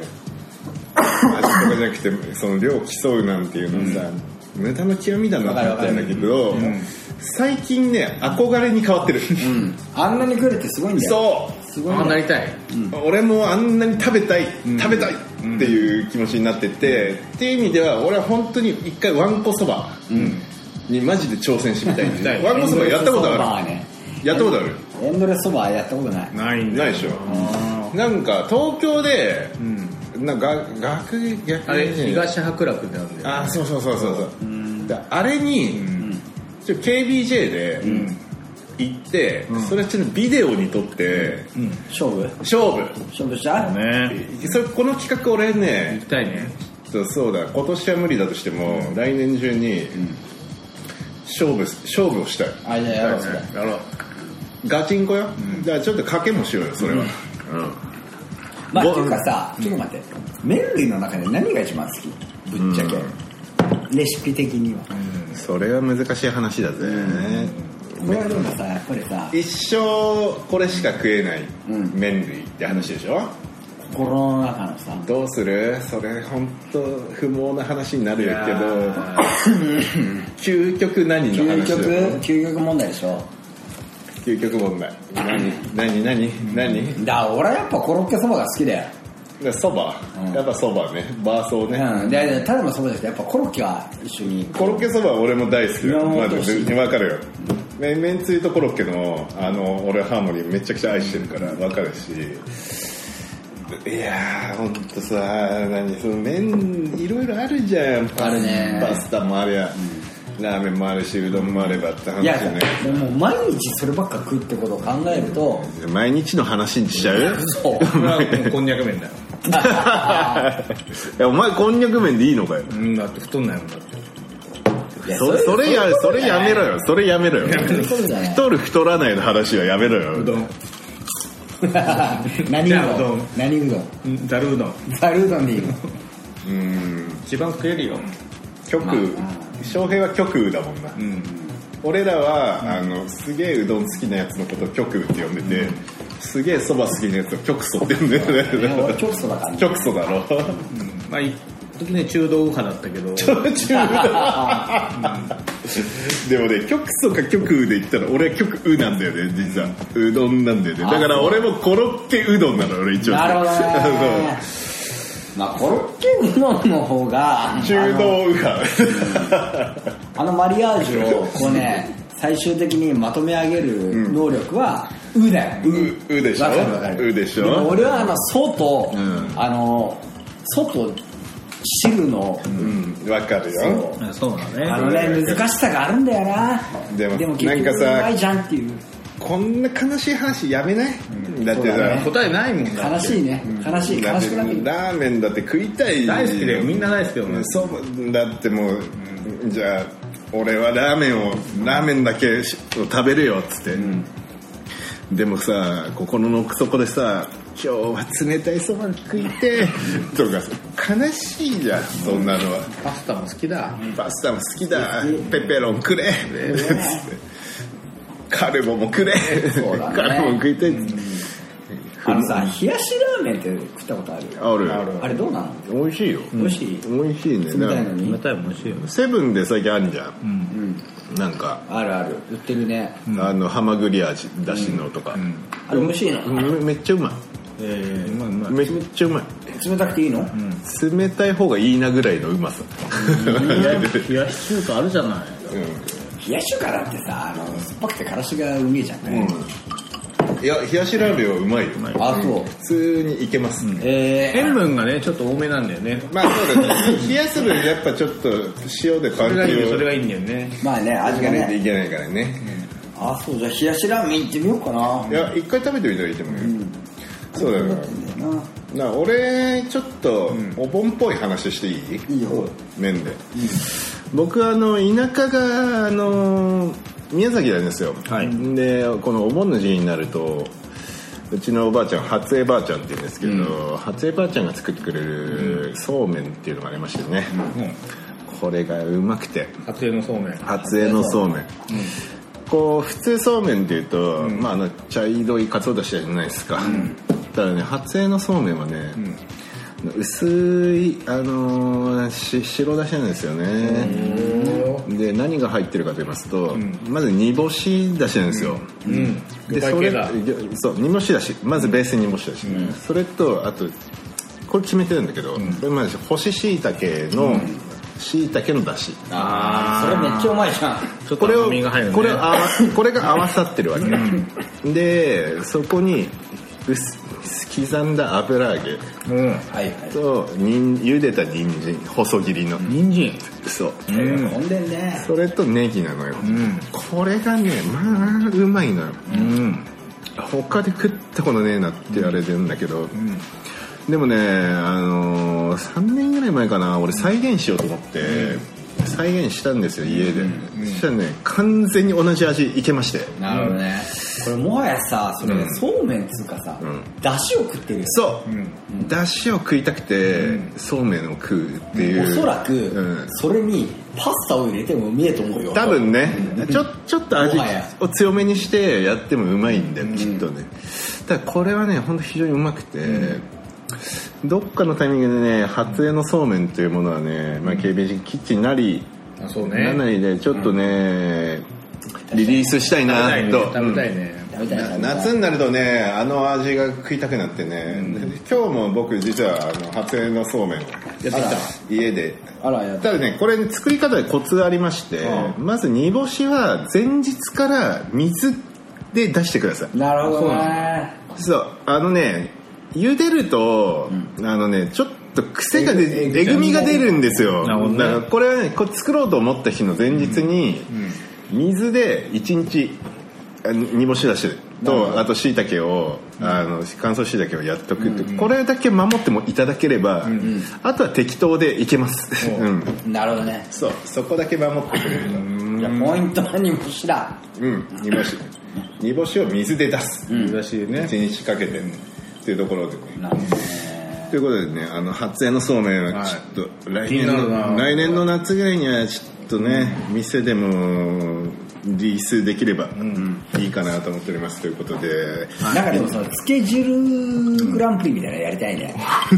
[SPEAKER 3] 味とかじゃなくてその量競うなんていうのはさ、無駄の極みだなと思ったんだけど、最近ね憧れに変わってる、
[SPEAKER 5] あんなに食えるってすごいんだよ
[SPEAKER 3] そう
[SPEAKER 5] すごいん
[SPEAKER 4] ああ
[SPEAKER 5] だ
[SPEAKER 4] な
[SPEAKER 5] よ
[SPEAKER 4] りたい
[SPEAKER 3] 俺もあんなに食べたい、食べたいっていう気持ちになってて、っていう意味では俺は本当に一回わんこそばにマジで挑戦してみたい、
[SPEAKER 4] たい
[SPEAKER 3] わんこそばやったことあ
[SPEAKER 5] る
[SPEAKER 3] るやったことある
[SPEAKER 5] エンドレスそばはやったことない
[SPEAKER 4] ないんだ
[SPEAKER 3] ないでしょなんか東京で、なんかが学逆
[SPEAKER 4] あれ東白楽ってあるんだよ
[SPEAKER 3] あそうそうそうそうそうだあれに、ちょ KBJ で行って、それちょっとビデオに撮って、
[SPEAKER 5] 勝負
[SPEAKER 3] 勝負
[SPEAKER 5] 勝負した
[SPEAKER 4] ね
[SPEAKER 3] それこの企画俺ね、
[SPEAKER 4] 行きたいね
[SPEAKER 3] そうそうだ今年は無理だとしても、来年中に勝負勝負をしたい
[SPEAKER 5] あいややろうそれ
[SPEAKER 3] やろうガチンコよ、だからちょっと賭けもしようよそれは、
[SPEAKER 5] まあ、っていうかさ、ちょっと待って、麺類の中で何が一番好きぶっちゃけ。レシピ的には。
[SPEAKER 7] それは難しい話だぜ、
[SPEAKER 5] これはでもさ、やっぱりさ、
[SPEAKER 3] 一生これしか食えない麺類って話でしょ、
[SPEAKER 5] 心の中のさ、
[SPEAKER 3] どうするそれ本当不毛な話になるけど 究極何の
[SPEAKER 5] 究
[SPEAKER 3] 話
[SPEAKER 5] 極
[SPEAKER 3] だよ、
[SPEAKER 5] 究極問題でしょ。
[SPEAKER 3] 究極問題何何何何
[SPEAKER 5] だから俺はやっぱコロッケそばが好きだよ。
[SPEAKER 3] そば、やっぱそばねバーソーね、
[SPEAKER 5] うん。で、ただのそばじゃなくて、やっぱコロッケは一緒に。
[SPEAKER 3] コロッケそばは俺も大好きだ
[SPEAKER 5] いや
[SPEAKER 3] よ、
[SPEAKER 5] もう
[SPEAKER 3] まあ、
[SPEAKER 5] 美味しい
[SPEAKER 3] 別に分かるよめめんつゆとコロッケのあの俺ハーモニーめちゃくちゃ愛してるから分かるしいやーほんとさ何その麺いろいろあるじゃんパス
[SPEAKER 5] あるね
[SPEAKER 3] パスタもありゃ、ラーメンもあるしうどんもあればって話
[SPEAKER 5] い
[SPEAKER 3] よ
[SPEAKER 5] や、
[SPEAKER 3] ね
[SPEAKER 5] でも毎日そればっか食うってことを考えると、
[SPEAKER 7] 毎日の話にしちゃ う
[SPEAKER 5] そう。
[SPEAKER 4] これはもうこんにゃく麺だよ
[SPEAKER 7] いやお前こんにゃく麺でいいのかよ
[SPEAKER 4] うんだって太んないもんだって
[SPEAKER 5] いや
[SPEAKER 7] そそれやそれやめろよそれやめ ろよ
[SPEAKER 5] そういうことじゃない。
[SPEAKER 7] 太る太らないの話はやめろ
[SPEAKER 4] う
[SPEAKER 7] よ
[SPEAKER 4] どん
[SPEAKER 5] 何う
[SPEAKER 4] じゃあう
[SPEAKER 5] ど
[SPEAKER 4] ど
[SPEAKER 5] ん
[SPEAKER 4] ん
[SPEAKER 5] 何うどん
[SPEAKER 4] うんざるうどん
[SPEAKER 5] ザルうどんでいいの
[SPEAKER 4] 一番食えるよ
[SPEAKER 3] 極右翔平は極右だもんな、俺らは、あのすげえうどん好きなやつのことを極右って呼んでて、すげえそば好きなやつを極祖って呼んで る
[SPEAKER 5] いや、俺
[SPEAKER 3] ね
[SPEAKER 5] 極素だからね。
[SPEAKER 3] 極祖だろ
[SPEAKER 4] まあ一時ね中道右派だったけど
[SPEAKER 3] でもね極祖か極右で言ったら俺は極右なんだよね実はうどんなんだよねだから俺もコロッケうどんなの俺一応
[SPEAKER 5] なる ほど
[SPEAKER 3] そう
[SPEAKER 5] ね。まあ、コロッケうどんの方が、
[SPEAKER 3] 中道右派
[SPEAKER 5] あのマリアージュをこうね、最終的にまとめ上げる能力は、うだよ。う。
[SPEAKER 3] ううでしょ
[SPEAKER 5] わかるわかる。
[SPEAKER 3] うでしょ
[SPEAKER 5] も俺はあの、そうと、あの、そうと汁の、
[SPEAKER 3] うんわかるよ
[SPEAKER 5] そ
[SPEAKER 4] あそうだ
[SPEAKER 5] う
[SPEAKER 4] ね
[SPEAKER 5] あのね、難しさがあるんだよな。
[SPEAKER 3] でも
[SPEAKER 5] 結局
[SPEAKER 3] なんかさ
[SPEAKER 5] うまいじゃんっていう。
[SPEAKER 3] こんな悲しい話やめない、だって
[SPEAKER 5] そうだ
[SPEAKER 3] さ、
[SPEAKER 5] ね
[SPEAKER 4] 答えないもんだ
[SPEAKER 5] 悲しいね悲しい
[SPEAKER 3] だ
[SPEAKER 5] 悲
[SPEAKER 3] っ
[SPEAKER 5] してくなってくる
[SPEAKER 3] ラーメンだって食いたい
[SPEAKER 4] 大好きだよみんな大好きだよ
[SPEAKER 3] うんそうだってもう、じゃあ俺はラーメンをラーメンだけし食べるよっつって、でもさ心の奥底でさ「今日は冷たいそば食いて」とか悲しいじゃんそんなのは、
[SPEAKER 4] パスタも好きだ
[SPEAKER 3] パスタも好きだペペロンくれ、つってカルボもくれ、
[SPEAKER 5] うだね
[SPEAKER 3] カルボも食いたいっつって、
[SPEAKER 5] あのさ冷やしラーメンって食ったことある
[SPEAKER 3] ある
[SPEAKER 5] あれどうなの
[SPEAKER 3] 美味しいよ、
[SPEAKER 5] 美味しい
[SPEAKER 3] 美味しいね
[SPEAKER 5] 冷たいの
[SPEAKER 3] なんか
[SPEAKER 5] に
[SPEAKER 4] たいも美味しいよ
[SPEAKER 3] セブンで最近あんじゃん、なんか
[SPEAKER 5] あるある売ってるね
[SPEAKER 3] あのハマグリ味だしのとか、
[SPEAKER 5] あれ美味しいの
[SPEAKER 3] めめっちゃうま
[SPEAKER 4] ええうまいうま
[SPEAKER 3] い
[SPEAKER 4] い
[SPEAKER 3] めっちゃうまい
[SPEAKER 5] 冷たくていいの
[SPEAKER 3] 冷たい方がいいなぐらいのうまさ
[SPEAKER 4] 冷やし中華あるじゃない
[SPEAKER 5] 冷やし中華だってさあの酸っぱくてからしがうめえじゃんね
[SPEAKER 3] いや冷やしラーメンはうまいよ
[SPEAKER 5] あそう
[SPEAKER 3] 普通にいけます、
[SPEAKER 5] え
[SPEAKER 4] 塩分がねちょっと多めなんだよね
[SPEAKER 3] まあそうだね冷やす分やっぱちょっと塩でパン
[SPEAKER 4] それがいい
[SPEAKER 3] チ
[SPEAKER 4] よ
[SPEAKER 3] を
[SPEAKER 4] それ
[SPEAKER 3] い
[SPEAKER 4] がいいんだよね
[SPEAKER 5] ーまあね味
[SPEAKER 3] か
[SPEAKER 5] が
[SPEAKER 3] ないとい
[SPEAKER 5] ね
[SPEAKER 3] けないからね、
[SPEAKER 5] あそうじゃあ冷やしラーメン行ってみようかない
[SPEAKER 3] や一回食べてみたらいいと思うよ、そうだよ
[SPEAKER 5] な
[SPEAKER 3] な俺ちょっとお盆っぽい話していい、
[SPEAKER 5] いいよ
[SPEAKER 3] 面で、僕はあの田舎があの宮崎なんですよ、でこのお盆の時期になるとうちのおばあちゃん初江ばあちゃんって言うんですけど、初江ばあちゃんが作ってくれるそうめんっていうのがありましてね、これがうまくて
[SPEAKER 4] 家庭のそうめん
[SPEAKER 3] 初江のそうめん、こう普通そうめんっていうと、まあ、あの茶色いかつおだしじゃないですか、ただね初江のそうめんはね、薄い、あのーし白だしなんですよねで何が入ってるかと言いますと、まず煮干しだしなんですよ、で
[SPEAKER 4] 魚介
[SPEAKER 3] それ
[SPEAKER 4] 系だ
[SPEAKER 3] そう煮干しだしまずベースに煮干しだし、それとあとこれ決めてるんだけど、これまず干し椎茸の、椎茸のだし、
[SPEAKER 5] あそれめっちゃうまいじゃん
[SPEAKER 4] ちょっ
[SPEAKER 3] ことれ
[SPEAKER 4] 甘
[SPEAKER 3] を、
[SPEAKER 4] みが入るね
[SPEAKER 3] これを合わこれが合わさってるわけでそこに薄刻んだ油揚げ
[SPEAKER 4] うん
[SPEAKER 5] はいはい
[SPEAKER 3] とにん茹でた人参細切りの
[SPEAKER 4] 人参
[SPEAKER 3] そう
[SPEAKER 5] 混んでんね
[SPEAKER 3] それとネギなのよ、これがねまあうまいのよ、他で食ったことねえなって言われてるんだけど、でもねあのー、3年ぐらい前かな俺再現しようと思って、再現したんですよ家で、そしたらね完全に同じ味いけまして
[SPEAKER 5] なるほどねこれもはやさそれそうめんっつうかさ
[SPEAKER 3] ん
[SPEAKER 5] だしを食ってるよ
[SPEAKER 3] そう、だしを食いたくて、そうめんを食うっていう
[SPEAKER 5] おそら
[SPEAKER 3] う
[SPEAKER 5] く
[SPEAKER 3] ん
[SPEAKER 5] それにパスタを入れてもうめえと思うよ
[SPEAKER 3] 多分ね、ちょちょっと味
[SPEAKER 5] もはや
[SPEAKER 3] を強めにしてやってもうまいんだよ、きっとねただこれはね本当非常にうまくて、どっかのタイミングでね初江のそうめんというものはね、まあ、KBG キッチンなり、
[SPEAKER 4] あそう
[SPEAKER 3] な
[SPEAKER 4] ね
[SPEAKER 3] なりでちょっとね、リリースしたいなと
[SPEAKER 4] 食べたいね
[SPEAKER 5] 食べたい
[SPEAKER 3] な
[SPEAKER 5] な
[SPEAKER 3] 夏になるとねあの味が食いたくなってね、今日も僕実はあの初江のそうめんを家で
[SPEAKER 5] あらやった
[SPEAKER 3] ただねこれ作り方でコツがありまして、まず煮干しは前日から水で出してください
[SPEAKER 5] なるほどね
[SPEAKER 3] そうあのね茹でると、あのねちょっと癖が出
[SPEAKER 4] えぐ
[SPEAKER 3] えぐみが出るんですよ
[SPEAKER 4] なるほどね
[SPEAKER 3] だからこれはねこれ作ろうと思った日の前日に、水で1日あ煮干しだしとあと椎茸をあの乾燥椎茸をやっとくって、これだけ守ってもいただければ、あとは適当でいけます、うん、
[SPEAKER 5] なるほどね
[SPEAKER 3] そうそこだけ守ってくれると
[SPEAKER 5] いやポイントは煮干しだ
[SPEAKER 3] うん煮干し煮干しを水で出す
[SPEAKER 4] らしいね
[SPEAKER 3] 1日かけてっていうところでね
[SPEAKER 5] なるほどね
[SPEAKER 3] ということでねあの初江のそうめんはちょっと来年
[SPEAKER 4] 気になる
[SPEAKER 3] の
[SPEAKER 4] な
[SPEAKER 3] 来年の夏ぐらいにはちょっとね店でもリースできればいいかなと思っておりますということで
[SPEAKER 5] なんかでもそのつけ汁グランプリみたいなのやりたい ね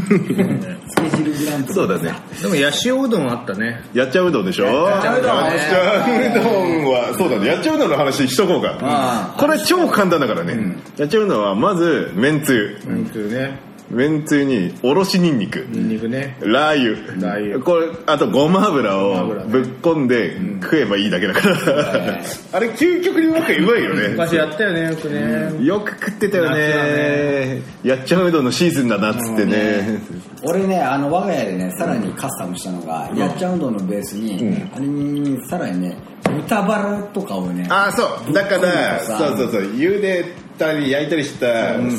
[SPEAKER 5] つけ汁グランプリ
[SPEAKER 3] そうだね
[SPEAKER 4] でもヤシオうどんあったね
[SPEAKER 3] やっちゃううどんでしょやっ
[SPEAKER 5] ちゃううどんね
[SPEAKER 3] うどんはそうだねやっちゃううどんの話しとこうかこれ超簡単だからねやっちゃううどんはまずめんつゆ
[SPEAKER 4] というね
[SPEAKER 3] めんつゆにおろしにんにく
[SPEAKER 4] ニンニクね
[SPEAKER 3] ラー油
[SPEAKER 4] ラー油
[SPEAKER 3] これあとごま油をぶっ込んで食えばいいだけだから、あれ究極にうまくうまいよね
[SPEAKER 4] 昔やったよねよくね
[SPEAKER 3] よく食ってたよねやっちゃんうどんのシーズンだなっつってね
[SPEAKER 5] 俺ねあの我が家でねさらにカスタムしたのが、やっちゃんうどんのベースに、あれにさらにね豚バラとかをね
[SPEAKER 3] ああそうだか
[SPEAKER 5] なん
[SPEAKER 3] ら
[SPEAKER 5] かさ
[SPEAKER 3] そうそうそう茹でたり焼いたりした、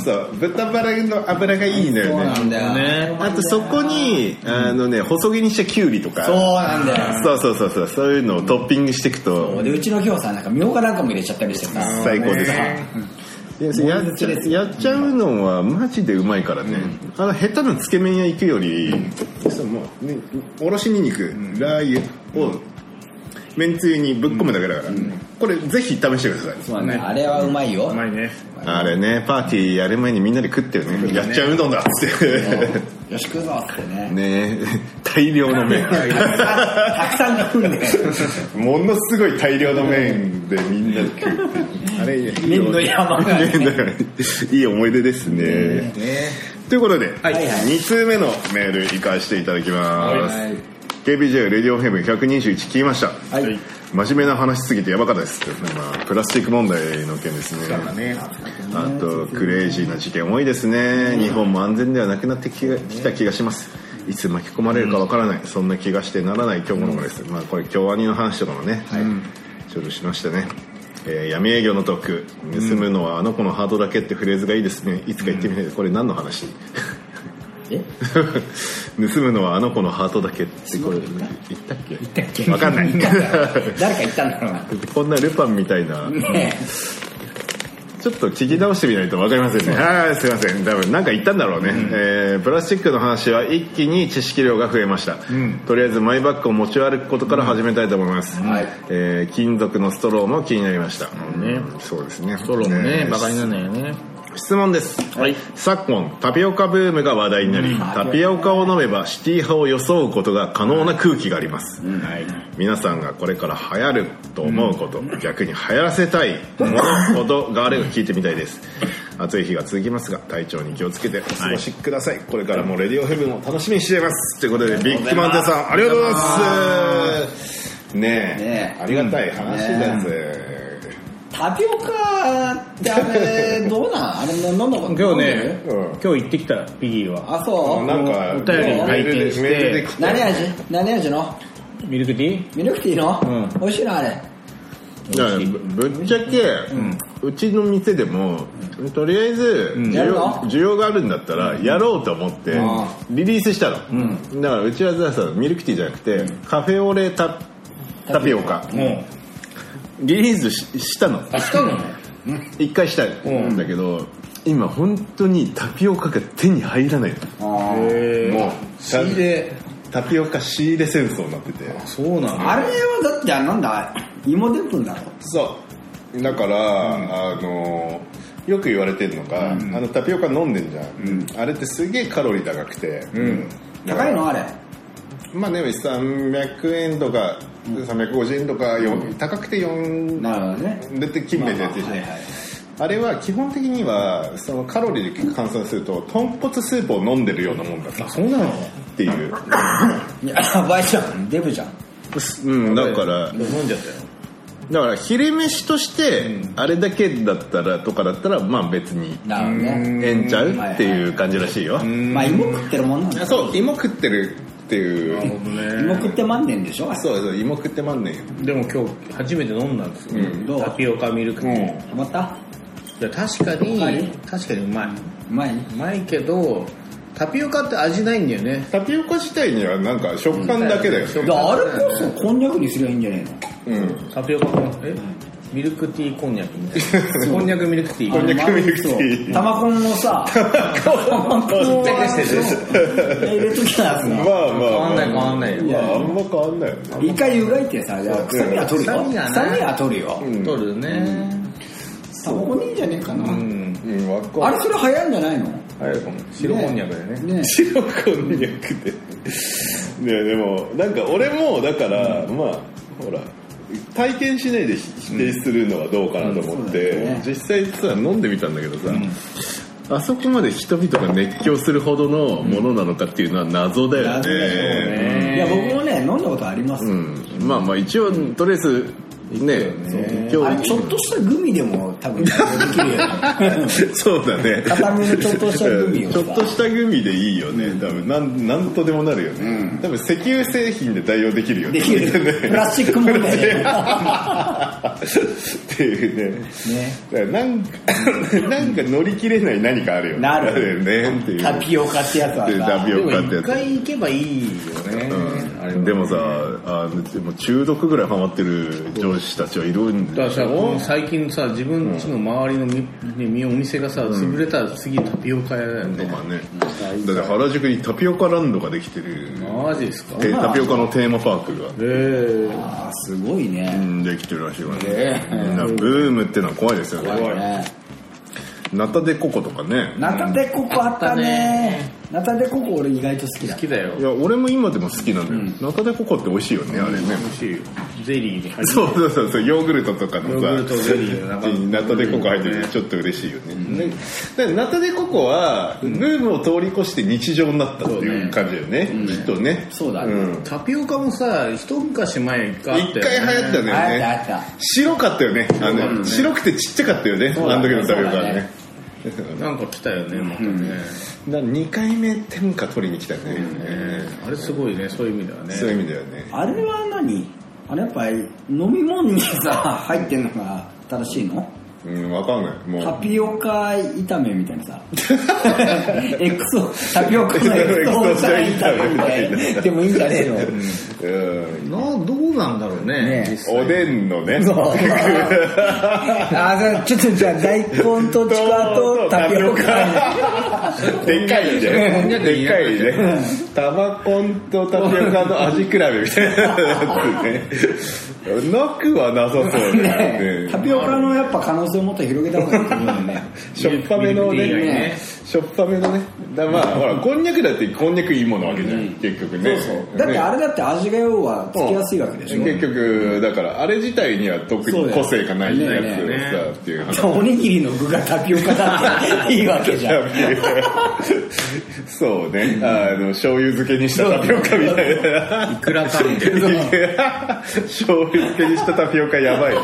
[SPEAKER 3] そう豚バラの油がいいの
[SPEAKER 5] そう
[SPEAKER 3] よ
[SPEAKER 5] な
[SPEAKER 3] ね
[SPEAKER 5] んだよ
[SPEAKER 4] ね
[SPEAKER 3] あとそこにあのね細切りにしたきゅうりとか
[SPEAKER 5] そうなんだよ
[SPEAKER 3] そうそうそうそうそういうのをトッピングしていくと
[SPEAKER 5] でうちの今日さなんかみょうがなんかも入れちゃったりしてさ
[SPEAKER 3] 最高ですいややっちゃやっちゃうのはマジでうまいからね、あの下手なつけ麺屋行くより、そうもうねおろしにんにく、ラー油をめんつゆにぶっ込むだけだから、これぜひ試してください
[SPEAKER 5] そうねあれはうまいよ
[SPEAKER 4] うまいね
[SPEAKER 3] あれねパーティーやる前にみんなで食ってよね、やっちゃううどんだっつって
[SPEAKER 5] よし食うぞってね
[SPEAKER 3] ね大量の麺
[SPEAKER 5] たくさん食うんで
[SPEAKER 3] ものすごい大量の麺でみんなで食う あれいいいい
[SPEAKER 5] 麺の山 がね
[SPEAKER 3] 麺の山いい思い出です ね
[SPEAKER 4] ね
[SPEAKER 3] ということで、
[SPEAKER 4] はいはい
[SPEAKER 5] はい
[SPEAKER 3] 2通目のメール行かせていただきます、KBJ レディオヘム121聞きました、
[SPEAKER 5] はい
[SPEAKER 3] 真面目な話すぎてやばかったです、まあ、プラスチック問題の件ですねあとクレイジーな事件多いですね日本も安全ではなくなってきがきた気がしますいつ巻き込まれるかわからない、そんな気がしてならない今日ものもです、まあこれ京アニの話とかもね、ちょっとしましたね、えー闇営業のトーク盗むのはあの子のハードだけってフレーズがいいですねいつか言ってみて、これ何の話
[SPEAKER 5] え
[SPEAKER 3] 盗むのはあの子のハートだけってこれ言ったっけ
[SPEAKER 5] だっけ
[SPEAKER 3] わかんない
[SPEAKER 5] 誰か言ったんだろうな
[SPEAKER 3] こんなルパンみたいな
[SPEAKER 5] ね
[SPEAKER 3] ちょっと聞き直してみないと分かりませんね。はい、すいません。多分なんか言ったんだろうね。えープラスチックの話は一気に知識量が増えました。とりあえずマイバッグを持ち歩くことから始めたいと思います。
[SPEAKER 5] はい
[SPEAKER 3] えー金属のストローも気になりました。うんそうですね。
[SPEAKER 4] トロもね
[SPEAKER 3] えー
[SPEAKER 4] バカにならないよね
[SPEAKER 3] 質問です、昨今タピオカブームが話題になり、タピオカを飲めばシティ派を装うことが可能な空気があります、皆さんがこれから流行ると思うこと、逆に流行らせたいものことがあれば聞いてみたいです 暑い日が続きますが体調に気をつけてお過ごしください、これからもレディオヘブンを楽しみにしていますということでビッグマンタさんありがとうございますねえ
[SPEAKER 5] ねえ
[SPEAKER 3] ありがたい話だぜ、
[SPEAKER 5] タピオカってあれどうなんあれ飲んだこと
[SPEAKER 4] 今日ね
[SPEAKER 3] うん
[SPEAKER 4] 今日行ってきたピギーは
[SPEAKER 5] あそう
[SPEAKER 3] なんか
[SPEAKER 4] お便り拝見して
[SPEAKER 3] メールで来た
[SPEAKER 5] 何味何味の
[SPEAKER 4] ミルクティー
[SPEAKER 5] ミルクティーの、
[SPEAKER 4] うん
[SPEAKER 5] 美味しいのあれ
[SPEAKER 3] だからぶぶっちゃけ、うちの店でもとりあえず需
[SPEAKER 5] やる
[SPEAKER 3] 要,、
[SPEAKER 5] の
[SPEAKER 3] 需要があるんだったらやろうと思ってリリースしたの、だからうちはさミルクティーじゃなくてカフェオレタタピオカ
[SPEAKER 4] も
[SPEAKER 3] リリースししたの
[SPEAKER 5] あしたのね
[SPEAKER 3] 一回したんだけど、今本当にタピオカが手に入らないの
[SPEAKER 5] あー
[SPEAKER 3] もう仕入れタピオカ仕入れ戦争になってて
[SPEAKER 4] うそうなの
[SPEAKER 5] あれはだってなんだ芋でんぷんだろ
[SPEAKER 3] そうだから、あのよく言われてるのが、あのタピオカ飲んでんじゃん、あれってすげえカロリー高くて、
[SPEAKER 5] 高いのあれ
[SPEAKER 3] まあね300円とか350円とか、よ高くて4
[SPEAKER 5] なるほどね
[SPEAKER 3] 出て金目でやってるじゃん、
[SPEAKER 5] まあまあはいはい
[SPEAKER 3] あれは基本的にはそのカロリーで換算すると豚骨スープを飲んでるようなもんだったっ
[SPEAKER 4] そうなの
[SPEAKER 3] ていう、
[SPEAKER 5] いやばいじゃんデブじゃん
[SPEAKER 3] うん、だから
[SPEAKER 4] 飲んじゃったよ
[SPEAKER 3] だから昼飯としてあれだけだったらとかだったらまあ別に
[SPEAKER 5] なるほどね
[SPEAKER 3] ええんちゃうっていう感じらしいよ、
[SPEAKER 5] まあ芋食ってるもんなんだ
[SPEAKER 3] あそう芋食ってるっていう
[SPEAKER 5] 芋食ってまんねんでしょあれ
[SPEAKER 3] そうそう芋食ってまんねんよ
[SPEAKER 4] でも今日初めて飲んだんですよ、
[SPEAKER 5] どう
[SPEAKER 4] タピオカミルクティー、
[SPEAKER 5] また
[SPEAKER 4] いや確か
[SPEAKER 5] は
[SPEAKER 4] に
[SPEAKER 5] い
[SPEAKER 4] 確かにうまいう
[SPEAKER 5] まいう
[SPEAKER 4] まいけどタピオカって味ないんだよね
[SPEAKER 3] タピオカ自体にはなんか食感だけだよね、
[SPEAKER 5] だあれこそこんにゃくにすりゃいいんじゃね
[SPEAKER 3] うん
[SPEAKER 4] タピオカこんえミルクティーこんにゃくみたいなこんにゃくミルクティ
[SPEAKER 5] えの
[SPEAKER 4] ー
[SPEAKER 3] にゃくミルクティー
[SPEAKER 5] タマコンをさタマコンを入れときなやつ
[SPEAKER 3] まあ
[SPEAKER 5] な
[SPEAKER 3] ま
[SPEAKER 4] 変わん
[SPEAKER 3] あ、
[SPEAKER 4] ない変
[SPEAKER 3] ま
[SPEAKER 4] わんないよ
[SPEAKER 3] あ、あんま変わんないよね
[SPEAKER 5] 一回湯がいてさじゃあ臭みは取るよ
[SPEAKER 4] 臭みはな
[SPEAKER 5] 臭みは取るよ
[SPEAKER 4] 取るね
[SPEAKER 5] タマコンでいいんじゃねえかな
[SPEAKER 4] うん
[SPEAKER 3] うんわか
[SPEAKER 5] あれそれ流行んじゃないの
[SPEAKER 4] あれかも白こんにゃくだよね
[SPEAKER 5] ね
[SPEAKER 3] 白こんにゃくでねでもなんか俺もだから、まあほら体験しないで否定するのはどうかなと思って、
[SPEAKER 5] うんそうだよね
[SPEAKER 3] 実際さ飲んでみたんだけどさ、あそこまで人々が熱狂するほどのものなのかっていうのは謎だよね。
[SPEAKER 5] いや、僕もね、飲んだことありますよ。
[SPEAKER 3] うん、まあまあ一応とりあえずね
[SPEAKER 5] あ
[SPEAKER 3] 今
[SPEAKER 5] れちょっ
[SPEAKER 3] 日
[SPEAKER 5] としたグミでも多分対応できる よ
[SPEAKER 3] そうだね
[SPEAKER 5] 畳のちょっとしたグミを
[SPEAKER 3] ち
[SPEAKER 5] さ
[SPEAKER 3] ょっとしたグミでいいよね多分なんなんとでもなるよね、多分石油製品で代用できるよね
[SPEAKER 5] できる プラスチック問題でね
[SPEAKER 3] っていうねだからなんかなんか 乗り切れない何かあるよね
[SPEAKER 5] なる
[SPEAKER 3] あよねっていう
[SPEAKER 5] タピオカってやつは
[SPEAKER 3] でタ
[SPEAKER 5] さ
[SPEAKER 3] ピ
[SPEAKER 4] で
[SPEAKER 3] オ
[SPEAKER 4] も
[SPEAKER 3] カって
[SPEAKER 4] 一
[SPEAKER 3] やつ
[SPEAKER 4] 回行けばいいよね、あれは
[SPEAKER 3] でもさあのでも中毒ぐらいハマってる上司たちはいるんだ
[SPEAKER 4] だ
[SPEAKER 3] よ
[SPEAKER 4] からさ最近さ自分家の周りのみ、ね、お店がさ潰れたら次タピオカ屋だよね、
[SPEAKER 3] まあねだって原宿にタピオカランドができてる
[SPEAKER 4] マジですか
[SPEAKER 3] でタピオカのテーマパークが、
[SPEAKER 4] えー、
[SPEAKER 5] あすごいね
[SPEAKER 3] うん、できてるらしいわね、みんなブームってのは怖いですよね
[SPEAKER 5] ね
[SPEAKER 3] ナタデココとかね
[SPEAKER 5] ナタデココあったねナタデココ俺意外と好きだ
[SPEAKER 4] 好きだよ
[SPEAKER 3] いや俺も今でも好きなのよ、ナタデココって美味しいよねあれね、
[SPEAKER 4] 美味しいよゼリーに入って
[SPEAKER 3] そうそうそうそうヨーグルトとかの
[SPEAKER 4] ヨーグルト
[SPEAKER 3] さ
[SPEAKER 4] ゼリーの
[SPEAKER 3] ナ
[SPEAKER 4] 中
[SPEAKER 3] タデココ入っててちょっと嬉しいよね、ででナタデココはブームを通り越して日常になったっていう感じだよねきっとね
[SPEAKER 5] そうだね
[SPEAKER 3] ん
[SPEAKER 4] タピオカもさ一昔前一回あっ
[SPEAKER 3] 一
[SPEAKER 4] たよ、ね、
[SPEAKER 3] 回流行ったんだ
[SPEAKER 5] あ
[SPEAKER 3] よね
[SPEAKER 5] ったあった
[SPEAKER 3] 白かったよねあのね白くてちっちゃかったよね
[SPEAKER 5] うだ
[SPEAKER 3] あの
[SPEAKER 5] ね
[SPEAKER 3] 時のタピオカはね
[SPEAKER 4] なんか来たよねまたね、
[SPEAKER 3] だ2回目天下取りに来たよね、
[SPEAKER 4] あれすごいねそういう意味ではね
[SPEAKER 3] そういう意味だよね
[SPEAKER 5] あれは何あれやっぱり飲み物にさ 入ってんのが正しいの
[SPEAKER 3] うんわかんないもう
[SPEAKER 5] タピオカ炒めみたいな さエクソタピオカのエクソ炒めみたいなでもいいんじゃねえの
[SPEAKER 3] うん
[SPEAKER 4] などうなんだろうね
[SPEAKER 5] ね
[SPEAKER 4] 実際
[SPEAKER 3] おでんのね
[SPEAKER 5] そう。あ、じゃあちょっとじゃあ大根とちくわとタピオカ。
[SPEAKER 3] でっかいね。でっかいね。タバコンとタピオカの味比べみたいなやつね。なくはなさそうだよ
[SPEAKER 5] ね
[SPEAKER 3] ね。
[SPEAKER 5] タピオカのやっぱ可能性をもっと広げた方がいいと思うよね。
[SPEAKER 3] しょっぱめの
[SPEAKER 4] ミルクティー以外
[SPEAKER 3] ね
[SPEAKER 4] ね。
[SPEAKER 3] しょっぱめのね。だまあ、ほら、こんにゃくだってこんにゃくいいものわけじゃん。結局ね。
[SPEAKER 5] だって
[SPEAKER 3] ね
[SPEAKER 5] あれだって味が要はつきやすいわけでしょ。
[SPEAKER 3] 結局、だから、あれ自体には特に個性がないやつ
[SPEAKER 5] そう
[SPEAKER 3] を
[SPEAKER 5] だ
[SPEAKER 3] さ、っていう話
[SPEAKER 5] おにぎりの具がタピオカだっていいわけじゃん。
[SPEAKER 3] そうね。あの、醤油漬けにしたタピオカみたいな。
[SPEAKER 4] いくらかみたい
[SPEAKER 3] いや醤油漬けにしたタピオカやばいね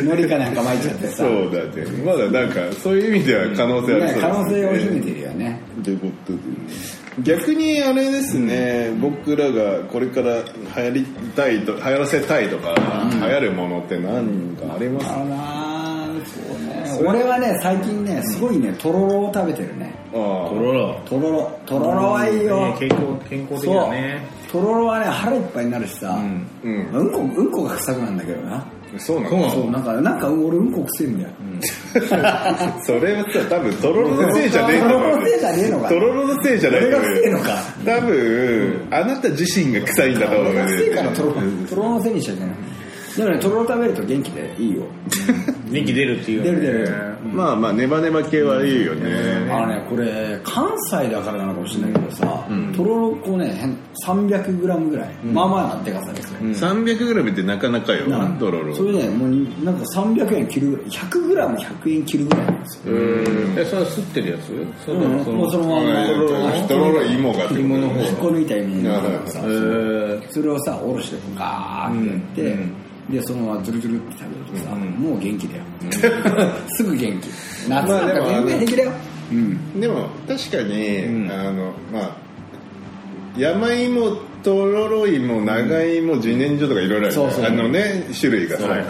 [SPEAKER 5] 海苔かなんか巻いちゃってさ。
[SPEAKER 3] そ
[SPEAKER 5] ね、
[SPEAKER 3] うだねまだなんかそういう意味では可能性ありそうですね
[SPEAKER 5] 可能性を秘めてるよね。
[SPEAKER 3] ということで逆にあれですね、僕らがこれから流行りたいと流行らせたいとか、流行るものって何かあります
[SPEAKER 5] あらーそうね。俺はね、最近ね、すごいね、とろろを食べてるね。
[SPEAKER 3] ああ
[SPEAKER 4] なロロ
[SPEAKER 5] とろろ、とろろはいいよ。
[SPEAKER 4] ね健康健康的だね
[SPEAKER 5] そうとろろはね腹いっぱいになるしさ、うん
[SPEAKER 3] うん
[SPEAKER 5] こうんこが臭くなんだけどな、
[SPEAKER 3] そうなの
[SPEAKER 5] そうなんかなんか俺うんこくせえんだよ、
[SPEAKER 3] それはさ多分とろろのせいじゃねえんだ
[SPEAKER 5] と
[SPEAKER 3] ろ
[SPEAKER 5] ろろのせいじゃねえのか
[SPEAKER 3] とろろのせいじゃない
[SPEAKER 5] 俺が臭えのか
[SPEAKER 3] 多分あなた自身が臭いんだと思う
[SPEAKER 5] 俺
[SPEAKER 3] ね
[SPEAKER 5] が臭えからとろろとろろのせいにしちゃいけないでもねとろろ食べると元気でいいよ
[SPEAKER 4] 元気出るっていう
[SPEAKER 5] 出
[SPEAKER 4] よ
[SPEAKER 5] る
[SPEAKER 4] ね
[SPEAKER 5] 出る
[SPEAKER 3] まあまあネバネバ系はいいよね。
[SPEAKER 5] あのねこれ関西だからなのかもしれないけどさ、とろろこうねへん 300g ぐらい、まあまあなでかさですよ、
[SPEAKER 3] 300グラムってなかなかよ
[SPEAKER 5] な。
[SPEAKER 3] とろろ。
[SPEAKER 5] それねもうになんか300円切るぐらい 100g100 円切るぐらいなんですよ、
[SPEAKER 4] えそれ吸ってるやつそ
[SPEAKER 5] うんもうそのまま
[SPEAKER 3] とろろとろろ芋が。芋の
[SPEAKER 5] 引っこ抜いたように
[SPEAKER 3] なるほど
[SPEAKER 5] さ
[SPEAKER 4] えー
[SPEAKER 5] それをさおろしてガーってやって、でそのままズルズルって食べるとさ、もう元気だよ すぐ元気夏なん
[SPEAKER 3] まあ
[SPEAKER 5] か
[SPEAKER 3] でも
[SPEAKER 5] 全然平気だよ、うん
[SPEAKER 3] でも確かに、あのまあ山芋とろろ芋長芋自然薯とかいろいろある
[SPEAKER 5] そうそう
[SPEAKER 3] あのね種類がさ。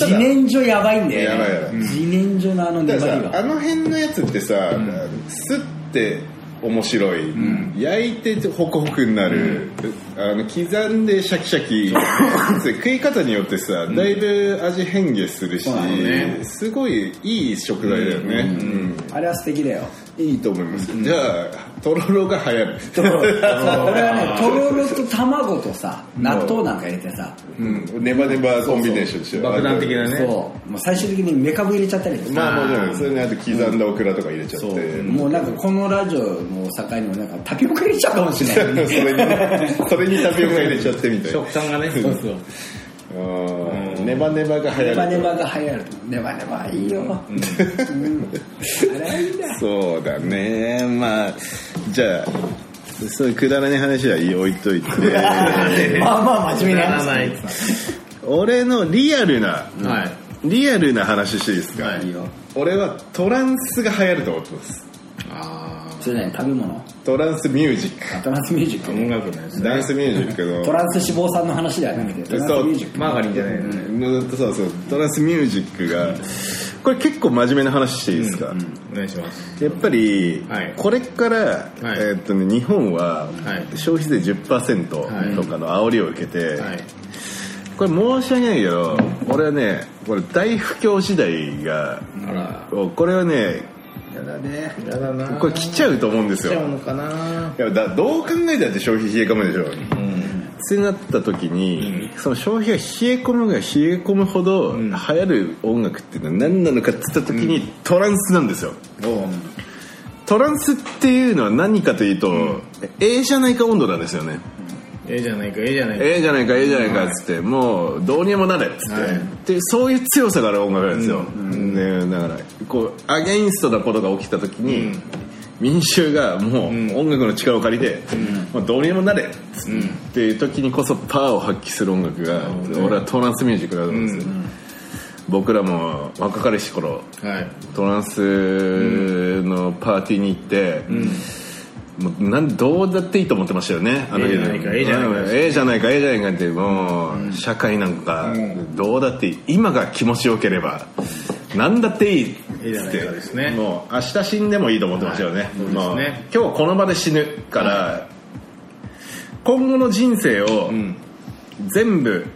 [SPEAKER 5] 自然薯やばいんだよ、
[SPEAKER 3] や
[SPEAKER 5] ね、
[SPEAKER 3] ばいやばい
[SPEAKER 5] うん自然薯のあの
[SPEAKER 3] だ
[SPEAKER 5] 粘
[SPEAKER 3] か
[SPEAKER 5] り
[SPEAKER 3] らさあ
[SPEAKER 5] が
[SPEAKER 3] の辺のやつってさ、すって面白い、焼いてホクホクになる、あの刻んでシャキシャキそれ食い方によってさだいぶ味変化するし、
[SPEAKER 5] そうなのね
[SPEAKER 3] すごいいい食材だよね、うん
[SPEAKER 5] あれは素敵だよ
[SPEAKER 3] いいと思います、じゃあとろろが流行る
[SPEAKER 5] とろろ俺はねとろろと卵とさ納豆なんか入れてさ、
[SPEAKER 3] うんネバネバコンビネーションしよう
[SPEAKER 4] 爆弾的な
[SPEAKER 5] そう
[SPEAKER 4] ね
[SPEAKER 5] もう最終的にメカブ入れちゃったりとか
[SPEAKER 3] まあもちろんそれにあと刻んだオクラとか入れちゃって、
[SPEAKER 5] そうもうなんかこのラジオの境にもなんかタピオカ入 れちゃうかもしれない
[SPEAKER 3] それにねそれにタピオカ入れちゃってみたいな
[SPEAKER 4] 食感がねそうそう
[SPEAKER 3] うんネバネバが流
[SPEAKER 5] ネ
[SPEAKER 3] 行
[SPEAKER 5] バ
[SPEAKER 3] る
[SPEAKER 5] ネバが流行るネバネバいいよ、うん、あれはいいんだ
[SPEAKER 3] そうだねまあじゃあそういうくだらない話はいい置いと いて
[SPEAKER 5] まあまあ真面目な話
[SPEAKER 4] ない
[SPEAKER 3] 俺のリアルな
[SPEAKER 4] はい
[SPEAKER 3] リアルな話していいですか、
[SPEAKER 5] いいよ
[SPEAKER 3] 俺はトランスが流行ると思ってます
[SPEAKER 5] それ何食べ物
[SPEAKER 3] トランスミュージッ
[SPEAKER 5] トランスミュージック
[SPEAKER 4] 音楽のやつ
[SPEAKER 3] クダンスミュージックの
[SPEAKER 5] トランス脂肪酸の話ではなくてトランスミュージック
[SPEAKER 4] マーガリンじゃないの
[SPEAKER 3] うんそうそうトランスミュージックがこれ結構真面目な話していいですか、
[SPEAKER 4] お願いします
[SPEAKER 3] やっぱり、
[SPEAKER 4] はい
[SPEAKER 3] これから、えーっとね、日本は
[SPEAKER 4] はい
[SPEAKER 3] 消費税10%とかの煽りを受けて、
[SPEAKER 4] はい
[SPEAKER 3] これ申し訳ないけど俺はねこれ大不況時代が
[SPEAKER 4] あら
[SPEAKER 3] これはね
[SPEAKER 4] やだねやだな
[SPEAKER 3] これ来ちゃうと思うんです
[SPEAKER 4] 来ちゃう
[SPEAKER 3] よ
[SPEAKER 4] のかない
[SPEAKER 3] やだどう考えたって消費冷え込むでしょってなった時に、その消費が冷え込むが冷え込むほど流行る音楽っていうのは何なのかって言った時に、トランスなんですよトランスっていうのは何かというと、ええじゃないか温度なんですよね
[SPEAKER 4] ええじゃないかええじゃないか
[SPEAKER 3] ええじゃないかええじゃないかっつって、もうどうにもなれっつって、
[SPEAKER 4] はい
[SPEAKER 3] でそういう強さがある音楽なんですよ、ね、だからこうアゲインストなことが起きた時に、民衆がもう音楽の力を借りて、もうどうにもなれっつっていう時にこそパワーを発揮する音楽が、俺はトランスミュージックだと思うんですよ、僕らも若かりし頃
[SPEAKER 4] はい
[SPEAKER 3] トランスのパーティーに行って、もうなんどうだっていいと思ってましたよねあの時
[SPEAKER 4] ええじゃないか
[SPEAKER 3] うんええじゃないかええじゃないかってもう、社会なんかどうだっていい今が気持ちよければ何だっていいっつって
[SPEAKER 4] ええじゃないかですね
[SPEAKER 3] もう明日死んでもいいと思ってましたよね,、
[SPEAKER 4] そうですね
[SPEAKER 3] もう今日この場で死ぬから、今後の人生を全部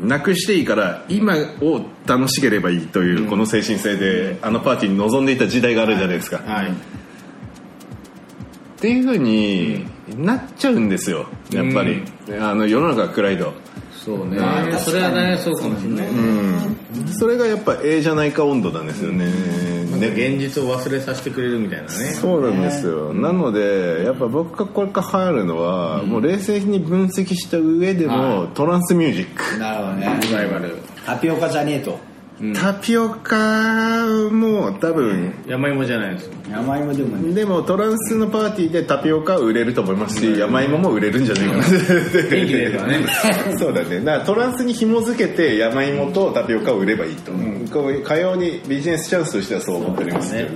[SPEAKER 3] なくしていいから今を楽しければいいというこの精神性であのパーティーに臨んでいた時代があるじゃないですか、
[SPEAKER 4] はい
[SPEAKER 3] っていうふうになっちゃうんですよやっぱり、あの世の中が暗いと
[SPEAKER 4] そうねそれはねそうかもしれないね
[SPEAKER 3] それがやっぱええじゃないか温度なんですよね、ね
[SPEAKER 4] 現実を忘れさせてくれるみたいなね
[SPEAKER 3] そうなんですよ、なのでやっぱ僕がこれから流行るのは、もう冷静に分析した上でも、トランスミュージック、
[SPEAKER 5] なるほどねライバルタピオカじゃねえと
[SPEAKER 3] タピオカも多分
[SPEAKER 4] 山芋じゃないです
[SPEAKER 5] 山芋でもね
[SPEAKER 3] でもトランスのパーティーでタピオカは売れると思いますし、山芋も売れるんじゃないかな、
[SPEAKER 4] 元気出ればね
[SPEAKER 3] そうだねだからトランスに紐づけて山芋とタピオカを売ればいいと、こうかようにビジネスチャンスとしてはそう思っておりますという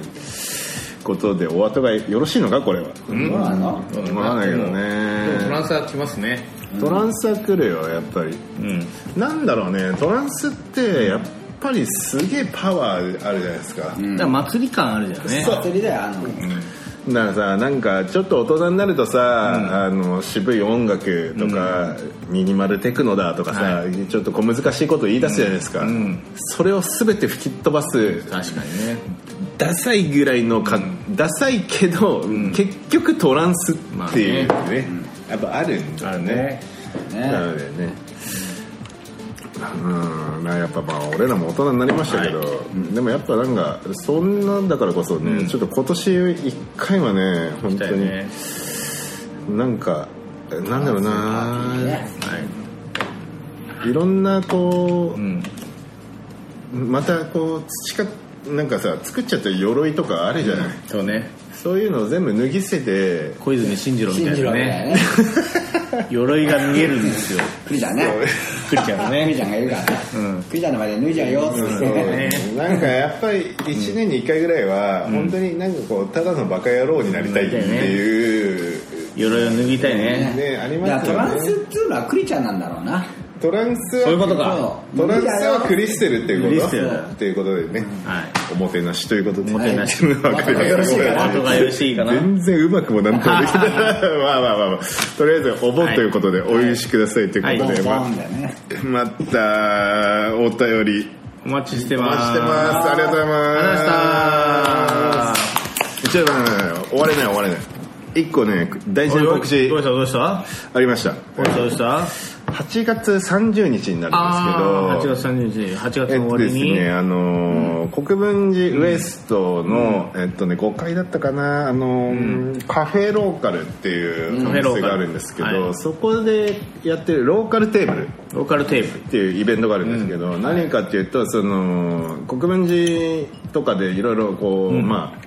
[SPEAKER 3] ことでお後がよろしいのかこれは
[SPEAKER 5] どうなの
[SPEAKER 3] 思わないけど
[SPEAKER 4] でもトラ
[SPEAKER 3] ね
[SPEAKER 4] ンスは来ますね
[SPEAKER 3] トランスは来るよやっぱり、
[SPEAKER 4] うん
[SPEAKER 3] なんだろうねトランスってやっぱりすげえパワーあるじゃないですか、
[SPEAKER 4] だから祭り感あるじゃんね
[SPEAKER 5] 祭りだよあの
[SPEAKER 3] だからさなんかちょっと大人になるとさ、あの渋い音楽とか、ミニマルテクノだとかさ、ちょっと小難しいこと言い出すじゃないですか、それを全て吹き飛ばす
[SPEAKER 4] 確かにね
[SPEAKER 3] ダサいぐらいのか、ダサいけど、結局トランスっていうね,、
[SPEAKER 4] ま
[SPEAKER 3] やっぱあるんだよねなのでねうんなやっぱまあ俺らも大人になりましたけど、でもやっぱなんかそんなんだからこそね、ちょっと今年1回はね本当
[SPEAKER 4] だよ
[SPEAKER 3] に、
[SPEAKER 4] ね
[SPEAKER 3] なんかなんだろうな
[SPEAKER 4] はい
[SPEAKER 3] いろんなこう
[SPEAKER 4] う
[SPEAKER 3] んまたこう培っなんかさ作っちゃった鎧とかあるじゃない、
[SPEAKER 4] そうね
[SPEAKER 3] そういうのを全部脱ぎ捨てて
[SPEAKER 4] 小泉進次郎み
[SPEAKER 5] 信
[SPEAKER 4] た
[SPEAKER 5] じ
[SPEAKER 4] い
[SPEAKER 5] る
[SPEAKER 4] な
[SPEAKER 5] わけだよ
[SPEAKER 4] ね
[SPEAKER 5] ね
[SPEAKER 4] 鎧が見えるんですよ
[SPEAKER 5] クリちゃんね
[SPEAKER 4] クリちゃんが
[SPEAKER 5] クリ
[SPEAKER 4] ね
[SPEAKER 5] ちゃんがいるからねクリちゃんの前で脱いじゃうよっつって
[SPEAKER 4] ね
[SPEAKER 3] なんかやっぱり1年に1回ぐらいは本当になんかこうただのバカ野郎になりたいっていう、
[SPEAKER 4] 鎧を脱ぎたいね
[SPEAKER 3] ねあり
[SPEAKER 5] だから
[SPEAKER 3] ますよ
[SPEAKER 5] トランスっ
[SPEAKER 3] ね
[SPEAKER 5] つうのはクリちゃんなんだろうな
[SPEAKER 3] トランス
[SPEAKER 4] そういうこ
[SPEAKER 3] は
[SPEAKER 4] とか
[SPEAKER 3] トランスはクリステルっていうこ
[SPEAKER 4] クリステ
[SPEAKER 3] と
[SPEAKER 4] ル
[SPEAKER 3] っていうことでね、
[SPEAKER 4] はい
[SPEAKER 3] おもてなしということで
[SPEAKER 4] おもてなし
[SPEAKER 3] わかりま
[SPEAKER 5] よろしいか
[SPEAKER 3] し
[SPEAKER 5] な
[SPEAKER 3] た
[SPEAKER 4] 後がよろしいかな
[SPEAKER 3] 全然うまくもなんともできないまあ まあまあ、まあ、とりあえずお盆
[SPEAKER 4] はい
[SPEAKER 3] ということでお許しくださいということで、
[SPEAKER 5] ボンだよね
[SPEAKER 3] ままたお便り
[SPEAKER 4] お待ちして
[SPEAKER 3] お
[SPEAKER 4] ま
[SPEAKER 3] 待ち
[SPEAKER 4] す
[SPEAKER 3] してますありがとうござい
[SPEAKER 4] ありがとうございま
[SPEAKER 3] ま
[SPEAKER 4] した
[SPEAKER 3] すちょっと待って待って待って終われない終われない一個ね大事な告
[SPEAKER 4] おい
[SPEAKER 3] 知
[SPEAKER 4] どうしたどうした
[SPEAKER 3] ありました
[SPEAKER 4] どうしたどうした
[SPEAKER 3] 8 8月30日になるんです
[SPEAKER 4] 8
[SPEAKER 3] けど
[SPEAKER 4] 月30日8月の
[SPEAKER 3] えっ
[SPEAKER 4] 終わ
[SPEAKER 3] とで
[SPEAKER 4] り
[SPEAKER 3] す
[SPEAKER 4] に、
[SPEAKER 3] ね、あのー国分寺ウエストの、えっとね、5階だったかな、あのーカフェローカルっていうお
[SPEAKER 4] カフェ
[SPEAKER 3] 店
[SPEAKER 4] ローカル
[SPEAKER 3] があるんですけど、
[SPEAKER 4] はい
[SPEAKER 3] そこでやってるローカルテーブルっ
[SPEAKER 4] ローカルテープ
[SPEAKER 3] ていうイベントがあるんですけど、何かっていうとその国分寺とかでいろいろこう、まあ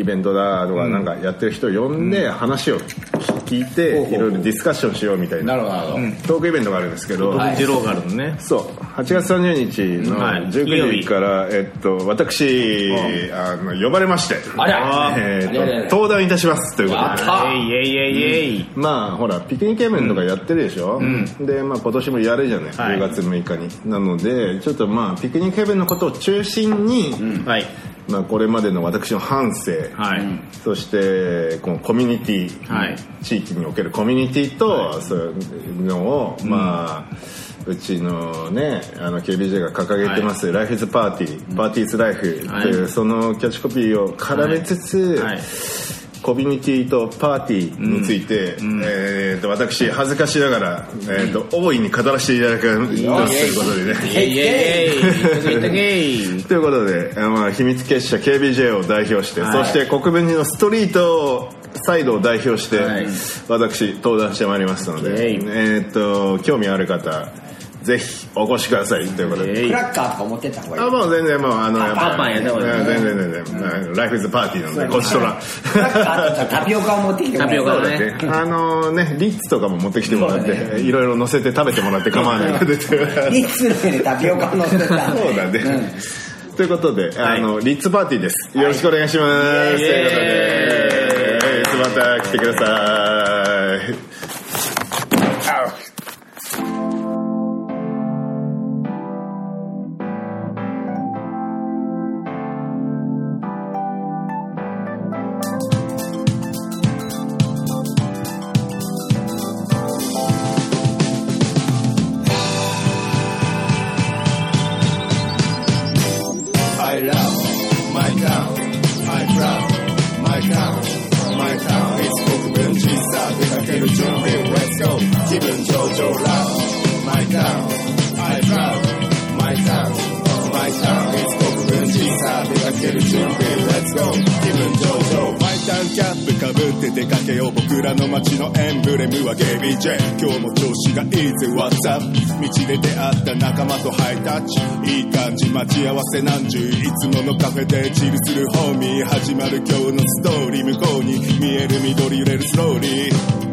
[SPEAKER 3] イベントだとかなんかやってる人を呼んで話を聞いていろいろディスカッションしようみたい
[SPEAKER 5] な
[SPEAKER 3] な
[SPEAKER 5] るほどなるほど、
[SPEAKER 3] トークイベントがあるんですけど、
[SPEAKER 4] 独自ローカルのね
[SPEAKER 3] そう8月30日の
[SPEAKER 4] はい
[SPEAKER 3] 19時から、えっと、私、あの呼ばれまして
[SPEAKER 5] あら
[SPEAKER 3] え
[SPEAKER 5] ありゃりゃり
[SPEAKER 3] ー
[SPEAKER 5] ゃ
[SPEAKER 3] と登壇いたしますということ
[SPEAKER 5] やっ
[SPEAKER 3] で
[SPEAKER 5] た
[SPEAKER 4] えいえいえいえい
[SPEAKER 3] まあほらピクニックイベントとかやってるでしょ、で、まあ、今年もやるじゃない、
[SPEAKER 4] は
[SPEAKER 3] 10
[SPEAKER 4] い
[SPEAKER 3] 月6日になのでちょっとまあピクニックイベントのことを中心に、
[SPEAKER 4] はい
[SPEAKER 3] まあ、これまでの私の反省、
[SPEAKER 4] はい、
[SPEAKER 3] そしてこのコミュニティ、
[SPEAKER 4] はい
[SPEAKER 3] 地域におけるコミュニティと、そういうのを、まあうちのねあの KBJ が掲げてます「ライフイズパーティー」パーティーズライフ」という、
[SPEAKER 4] はい
[SPEAKER 3] そのキャッチコピーを絡めつつ、
[SPEAKER 4] はい
[SPEAKER 3] コミュニティとパーティーについて、えーと私恥ずかしながら、えーと大いに語らせていただくということでね。
[SPEAKER 4] えいえいえいえいえいえい
[SPEAKER 3] ということで、えーまあ、秘密結社 KBJ を代表して、
[SPEAKER 4] は
[SPEAKER 3] そ
[SPEAKER 4] い
[SPEAKER 3] して国分寺のストリートサイドを代表して、
[SPEAKER 4] はい
[SPEAKER 3] 私登壇してまいりますので、
[SPEAKER 4] イェ
[SPEAKER 3] えーっと興味ある方ぜひお越しくださいということで。
[SPEAKER 4] え
[SPEAKER 5] ク
[SPEAKER 4] い
[SPEAKER 5] ラッカーとか持ってった方がいい
[SPEAKER 3] あもう全然もうあのやっぱ
[SPEAKER 4] パンパンやった方がいい
[SPEAKER 3] 全然全然うんライフイズパーティーなんでこっちとら
[SPEAKER 5] クラッカーとかタピオカを持ってきてもら
[SPEAKER 4] タ
[SPEAKER 5] え
[SPEAKER 4] ピ
[SPEAKER 5] る
[SPEAKER 4] オカの
[SPEAKER 3] で
[SPEAKER 4] ね
[SPEAKER 3] あのねリッツとかも持ってきてもらっ
[SPEAKER 5] そうだ
[SPEAKER 3] ていろいろ乗せて食べてもらって構わない ので
[SPEAKER 5] いつのにタピオカ乗せてた
[SPEAKER 3] そうだね。ということで、あの、リッツパーティーです。よろしくお願いします。ということで、いつまた来てください。
[SPEAKER 8] I love my town. I proud my town. My town is 国分寺さあ出かける準備 Let's go 気分上々 Love my town. I proud my town. My town is 国分寺さあ出かける準備 Let's go 気分上々 My town キャップかぶって出かけよう僕らの街のエンブレムは KBJ 今日も調子がいいぜ What's up 道で出会った仲間とハイタッチいい感じ待ち合わせなんじゅういつものカフェでチルするホーミー始まる今日のストーリー向こうに見える緑揺れるスローリー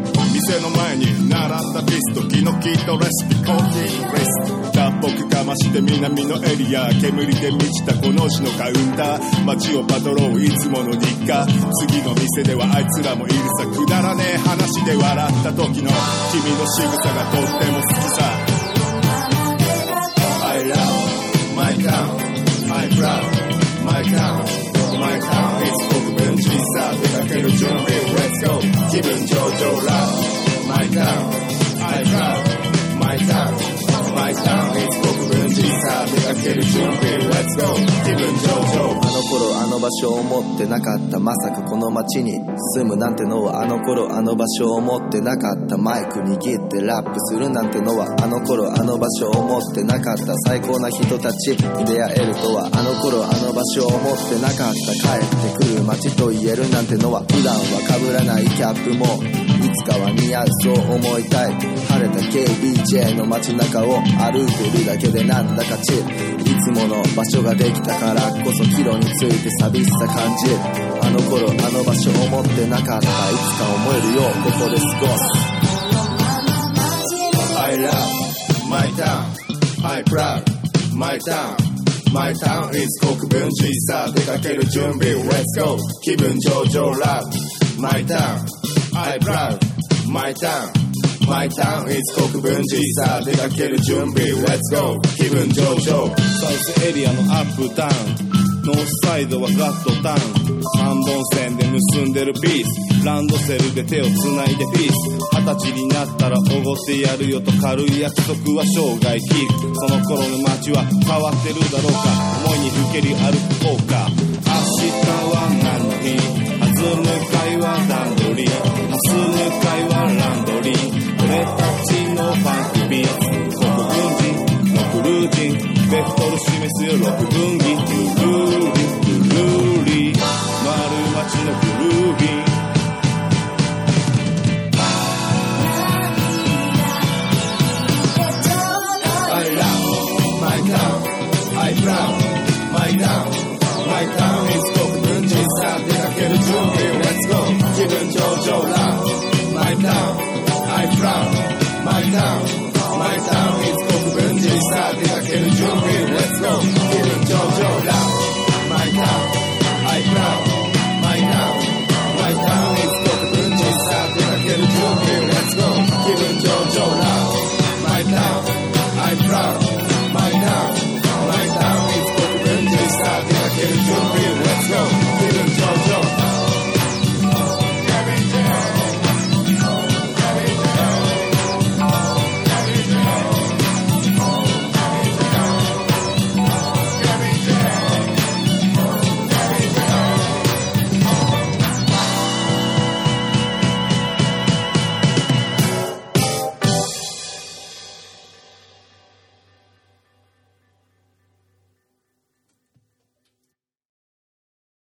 [SPEAKER 8] 店の前に並んだピストキノキとレシピコーヒーレス脱北かまして南のエリア煙で満ちたこの市のカウンター街をパトロールいつもの日課次の店ではあいつらもいるさくだらねえ話で笑った時の君の仕草がとっても好きさ I love my town. I proud my town. My town is 国分寺さあ出かける準備 Let's go 気分上々 Love my town. I proud my town. My town is 国分寺さあ出かける準備 Let's go 気分上々
[SPEAKER 9] あの頃あの場所を持ってなかったまさかこの街に住むなんてのはあの頃あの場所を持ってなかったマイク握ってラップするなんてのはあの頃あの場所を持ってなかった最高な人たちに出会えるとはあの頃あの場所を持ってなかった帰ってくる街と言えるなんてのは普段は被らないキャップもいつかは似合うそう思いたい晴れた KBJ の街中を歩いてるだけでなんだかチルいつもの場所ができたからこそ帰路について寂しさ感じるあの頃あの場所を持ってなかったいつか思えるようここで過ごす
[SPEAKER 8] I love my town. I proud my town. My town is 国分寺さあ出かける準備 Let's go 気分上々 Love my town. I proud my town. My town is 国分寺さあ出かける準備 Let's go 気分上々
[SPEAKER 10] サウスエリアのアップダウンノースサイドはガットタウン三本線で結んでるピースランドセルで手をつないでピース二十歳になったらおごってやるよと軽い約束は生涯キープその頃の街は変わってるだろうか思いにふけり歩こうか明日は何の日弾む会は段取り弾む会はランドリー俺たちのファンキービーツ六分岐ゆるりくるり丸町のくるり
[SPEAKER 8] 自分上場ラン My town I proud My town My town is